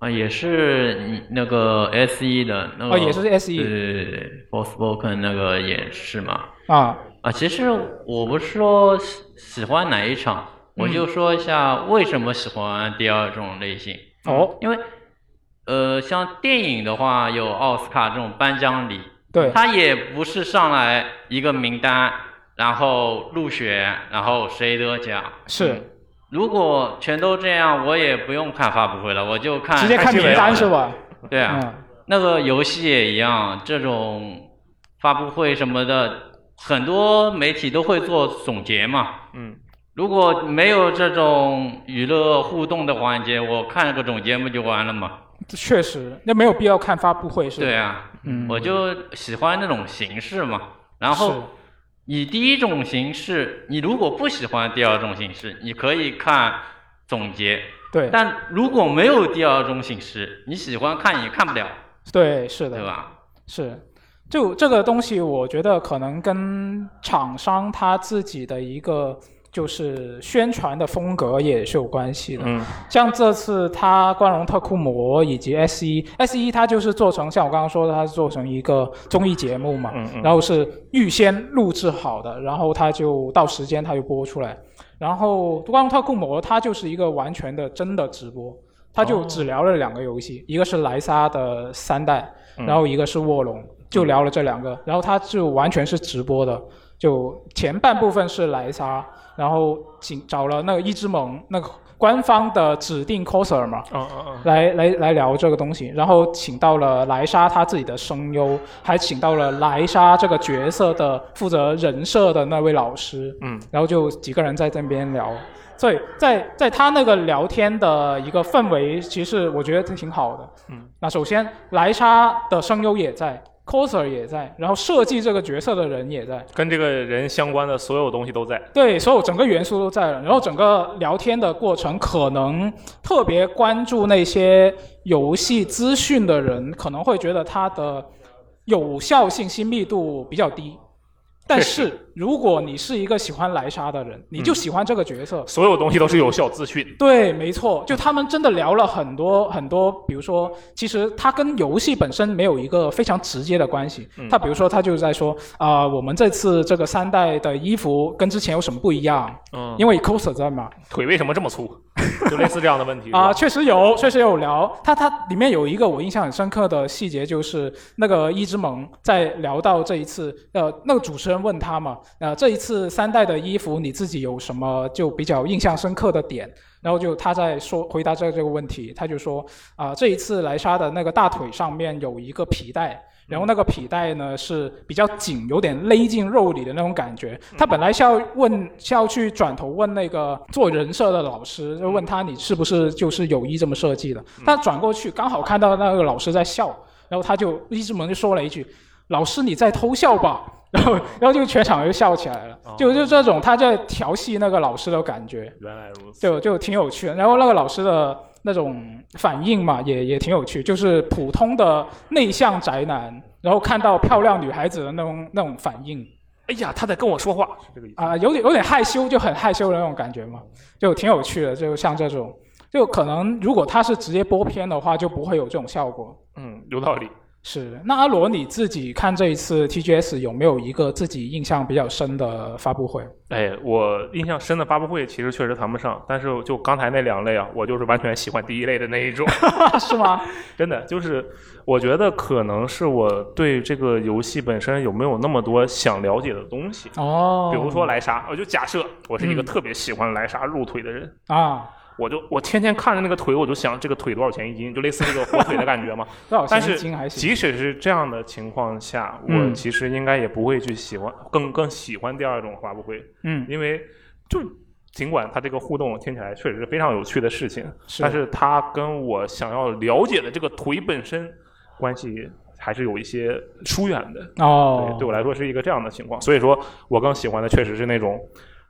啊，也是那个 S E 的那个，哦也是 SE 对对对对 f o r s p o k e n 那个也是嘛。啊啊，其实我不是说喜喜欢哪一场，我嗯就说一下为什么喜欢第二种类型。哦，嗯因为呃，像电影的话，有奥斯卡这种颁奖礼，对它也不是上来一个名单，然后入选，然后谁得奖。是如果全都这样，我也不用看发布会了，我就看直接看新名闻单了是吧？对啊，嗯那个游戏也一样，这种发布会什么的，很多媒体都会做总结嘛。嗯，如果没有这种娱乐互动的环节，我看个总结不就完了嘛？确实，那没有必要看发布会是吧？对啊，嗯我就喜欢那种形式嘛。然后你第一种形式，你如果不喜欢第二种形式，你可以看总结。对但如果没有第二种形式，你喜欢看也看不了，对，是的，对吧？是，就这个东西，我觉得可能跟厂商他自己的一个就是宣传的风格也是有关系的。嗯，像这次它光荣特库摩以及 S 一 S 一，它就是做成像我刚刚说的，它是做成一个综艺节目嘛，嗯嗯然后是预先录制好的，然后它就到时间它就播出来。然后光荣特库摩它就是一个完全的真的直播，它就只聊了两个游戏，一个是莱莎的三代，嗯然后一个是卧龙，就聊了这两个，然后它就完全是直播的，就前半部分是莱莎，然后请找了那个一之盟那个官方的指定 coser 嘛，嗯嗯来来来聊这个东西，然后请到了莱莎她自己的声优，还请到了莱莎这个角色的负责人设的那位老师，嗯，然后就几个人在这边聊，所以在在他那个聊天的一个氛围，其实我觉得挺好的。嗯，那首先莱莎的声优也在， coser 也在，然后设计这个角色的人也在，跟这个人相关的所有东西都在。对，所有整个元素都在了。然后整个聊天的过程，可能特别关注那些游戏资讯的人，可能会觉得它的有效性、新密度比较低。但是如果你是一个喜欢莱莎的人，你就喜欢这个角色，嗯所有东西都是有效资讯。对，没错，就他们真的聊了很多很多，比如说，其实它跟游戏本身没有一个非常直接的关系嗯。他比如说，他就在说啊、我们这次这个三代的衣服跟之前有什么不一样？嗯因为 coser 在嘛，腿为什么这么粗？就类似这样的问题。 啊，确实有，确实有聊。它它里面有一个我印象很深刻的细节，就是那个一之盟在聊到这一次，呃，那个主持人问他嘛，呃，这一次三代的衣服你自己有什么就比较印象深刻的点？然后就他在说回答这这个问题，他就说啊、这一次莱莎的那个大腿上面有一个皮带。然后那个皮带呢是比较紧，有点勒进肉里的那种感觉。嗯他本来是要问，是要去转头问那个做人设的老师，就嗯问他你是不是就是有意这么设计的。他转过去刚好看到那个老师在笑，然后他就一直萌就说了一句：“老师你在偷笑吧。” 然后，然后就全场就笑起来了，就就这种他在调戏那个老师的感觉。哦原来如此。就就挺有趣的。然后那个老师的那种反应嘛，也也挺有趣，就是普通的内向宅男，然后看到漂亮女孩子的那种那种反应哎呀，他在跟我说话，是这个意思。啊、有点有点害羞，就很害羞的那种感觉嘛，就挺有趣的。就像这种，就可能如果他是直接播片的话，就不会有这种效果。嗯，有道理。是，那阿罗你自己看这一次 TGS 有没有一个自己印象比较深的发布会？哎，我印象深的发布会其实确实谈不上，但是就刚才那两类啊，我就是完全喜欢第一类的那一种， 是吗？ 真的，就是我觉得可能是我对这个游戏本身有没有那么多想了解的东西。哦比如说莱莎，我就假设我是一个嗯特别喜欢莱莎入腿的人，啊，。我就我天天看着那个腿，我就想这个腿多少钱一斤，就类似那个火腿的感觉嘛 多少钱但一是斤还行即使是这样的情况下，我嗯其实应该也不会去喜欢，更更喜欢第二种发布会。嗯因为就尽管它这个互动听起来确实是非常有趣的事情，是但是它跟我想要了解的这个腿本身关系还是有一些疏远的。哦对，对我来说是一个这样的情况，所以说我更喜欢的确实是那种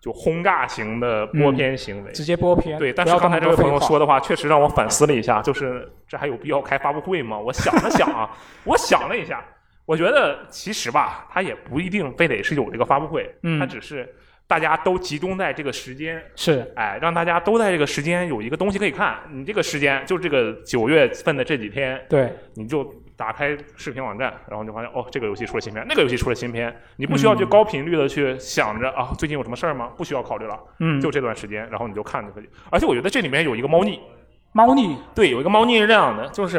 就轰炸型的嗯播片行为。直接播片。对，但不是要刚才那这么位多朋友废话说的话，确实让我反思了一下，就是这还有必要开发布会吗？我想了想啊，我想了一下，我觉得其实吧，它也不一定非得是有这个发布会，嗯它只是大家都集中在这个时间，是哎，让大家都在这个时间有一个东西可以看。你这个时间就这个九月份的这几天，对，你就打开视频网站，然后你就发现哦，这个游戏出了新片，那个游戏出了新片，你不需要去嗯高频率的去想着啊，最近有什么事儿吗？不需要考虑了，嗯就这段时间，然后你就看就可以。而且我觉得这里面有一个猫腻，猫腻，对，有一个猫腻是这样的，就是。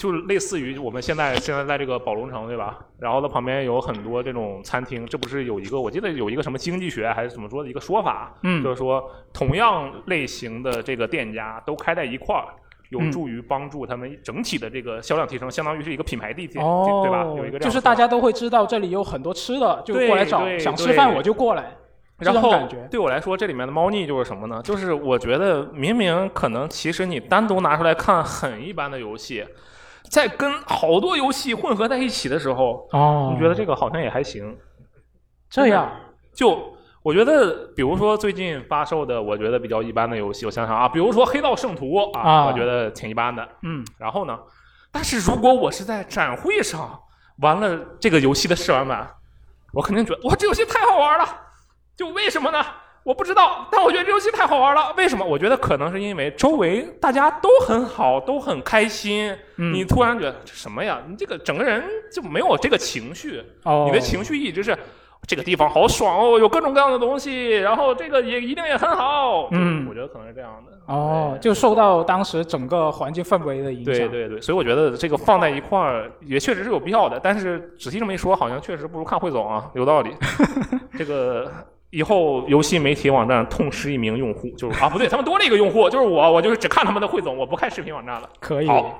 就是类似于我们现在现在在这个宝龙城对吧？然后它旁边有很多这种餐厅，这不是有一个我记得有一个什么经济学还是怎么说的一个说法，嗯就是说同样类型的这个店家都开在一块儿，有嗯助于帮助他们整体的这个销量提升，相当于是一个品牌地铁，哦，对吧？有一个这就样是的大家都会知道这里有很多吃的，就对过来找对，想吃对饭我就过来，这然种后感觉。对我来说，这里面的猫腻就是什么呢？就是我觉得明明可能其实你单独拿出来看很一般的游戏，在跟好多游戏混合在一起的时候，哦你觉得这个好像也还行。这样就我觉得，比如说最近发售的，我觉得比较一般的游戏，我想想啊，比如说《黑道圣徒》啊，啊我觉得挺一般的。嗯，然后呢，但是如果我是在展会上玩了这个游戏的试玩版，我肯定觉得哇，这游戏太好玩了。就为什么呢？我不知道，但我觉得这游戏太好玩了。为什么？我觉得可能是因为周围大家都很好，都很开心。嗯你突然觉得这什么呀？你这个整个人就没有这个情绪，哦你的情绪一直是这个地方好爽哦，有各种各样的东西，然后这个也一定也很好。嗯就我觉得可能是这样的。哦，就受到当时整个环境氛围的影响。对对对，所以我觉得这个放在一块儿也确实是有必要的，但是仔细这么一说，好像确实不如看汇总啊，有道理。 这个以后游戏媒体网站痛失一名用户，就是啊不对，他们多了一个用户，就是我，我就是只看他们的汇总，我不看视频网站了。可以好。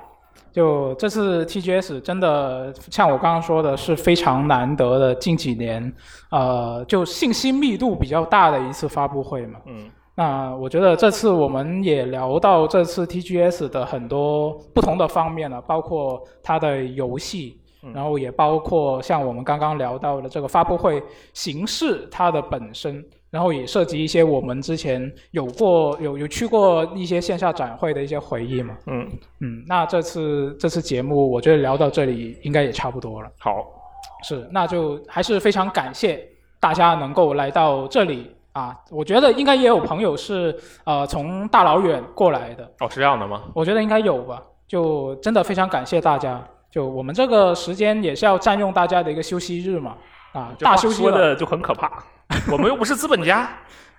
就这次 TGS 真的像我刚刚说的，是非常难得的近几年，呃，就信息密度比较大的一次发布会嘛。嗯。那我觉得这次我们也聊到啊这次 TGS 的很多不同的方面了，包括它的游戏，嗯然后也包括像我们刚刚聊到的这个发布会形式它的本身，然后也涉及一些我们之前有过有有去过一些线下展会的一些回忆嘛。嗯嗯，那这次这次节目我觉得聊到这里应该也差不多了。好，是，那就还是非常感谢大家能够来到这里啊！我觉得应该也有朋友是呃从大老远过来的，哦，是这样的吗？我觉得应该有吧。就真的非常感谢大家，就我们这个时间也是要占用大家的一个休息日嘛，啊，这话大休息说了的。就很可怕。我们又不是资本 家，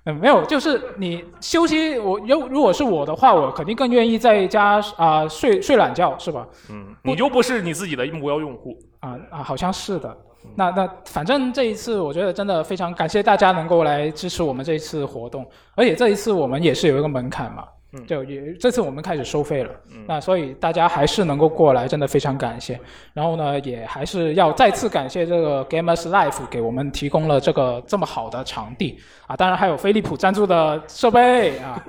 嗯，没有，就是你休息，我如如果是我的话，我肯定更愿意在家啊、睡睡懒觉，是吧？嗯，你又不是你自己的目标用户。啊啊，好像是的。那那反正这一次，我觉得真的非常感谢大家能够来支持我们这一次活动，而且这一次我们也是有一个门槛嘛，嗯就也这次我们开始收费了，那所以大家还是能够过来，真的非常感谢。然后呢，也还是要再次感谢这个 Gamers Life 给我们提供了这个这么好的场地啊，当然还有飞利浦赞助的设备啊。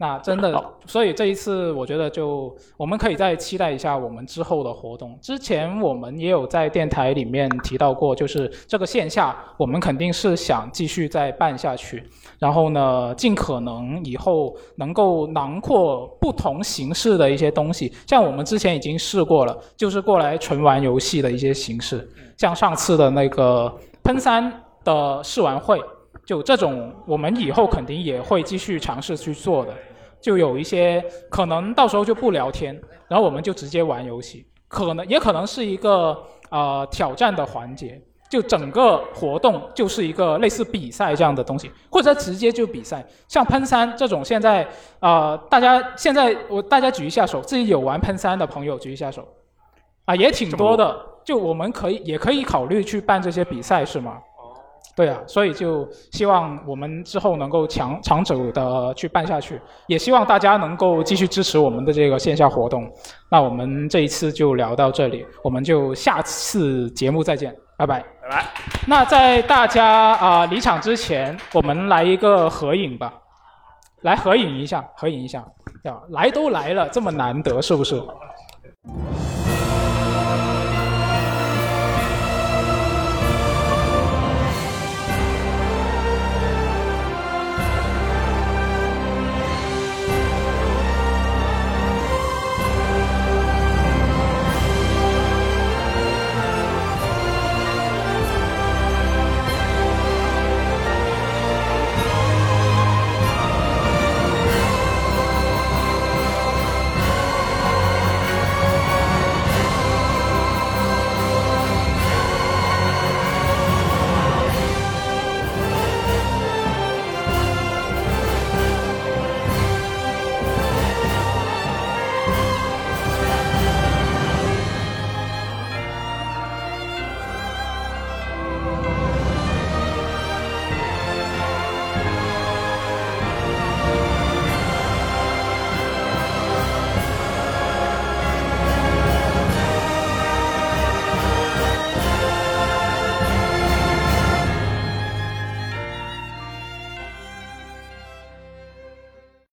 那真的，所以这一次我觉得就我们可以再期待一下我们之后的活动。之前我们也有在电台里面提到过，就是这个线下我们肯定是想继续再办下去，然后呢，尽可能以后能够囊括不同形式的一些东西。像我们之前已经试过了，就是过来纯玩游戏的一些形式，像上次的那个喷三的试玩会。就这种，我们以后肯定也会继续尝试去做的。就有一些可能到时候就不聊天，然后我们就直接玩游戏，可能也可能是一个呃挑战的环节。就整个活动就是一个类似比赛这样的东西，或者直接就比赛。像喷三这种，现在呃，大家现在我大家举一下手，自己有玩喷三的朋友举一下手，啊，也挺多的。就我们可以也可以考虑去办这些比赛，是吗？对啊，所以就希望我们之后能够长长久的去办下去，也希望大家能够继续支持我们的这个线下活动。那我们这一次就聊到这里，我们就下次节目再见，拜拜。拜拜。那在大家啊、离场之前，我们来一个合影吧，来啊合影一下，合影一下，对吧？来都来了，这么难得是不是？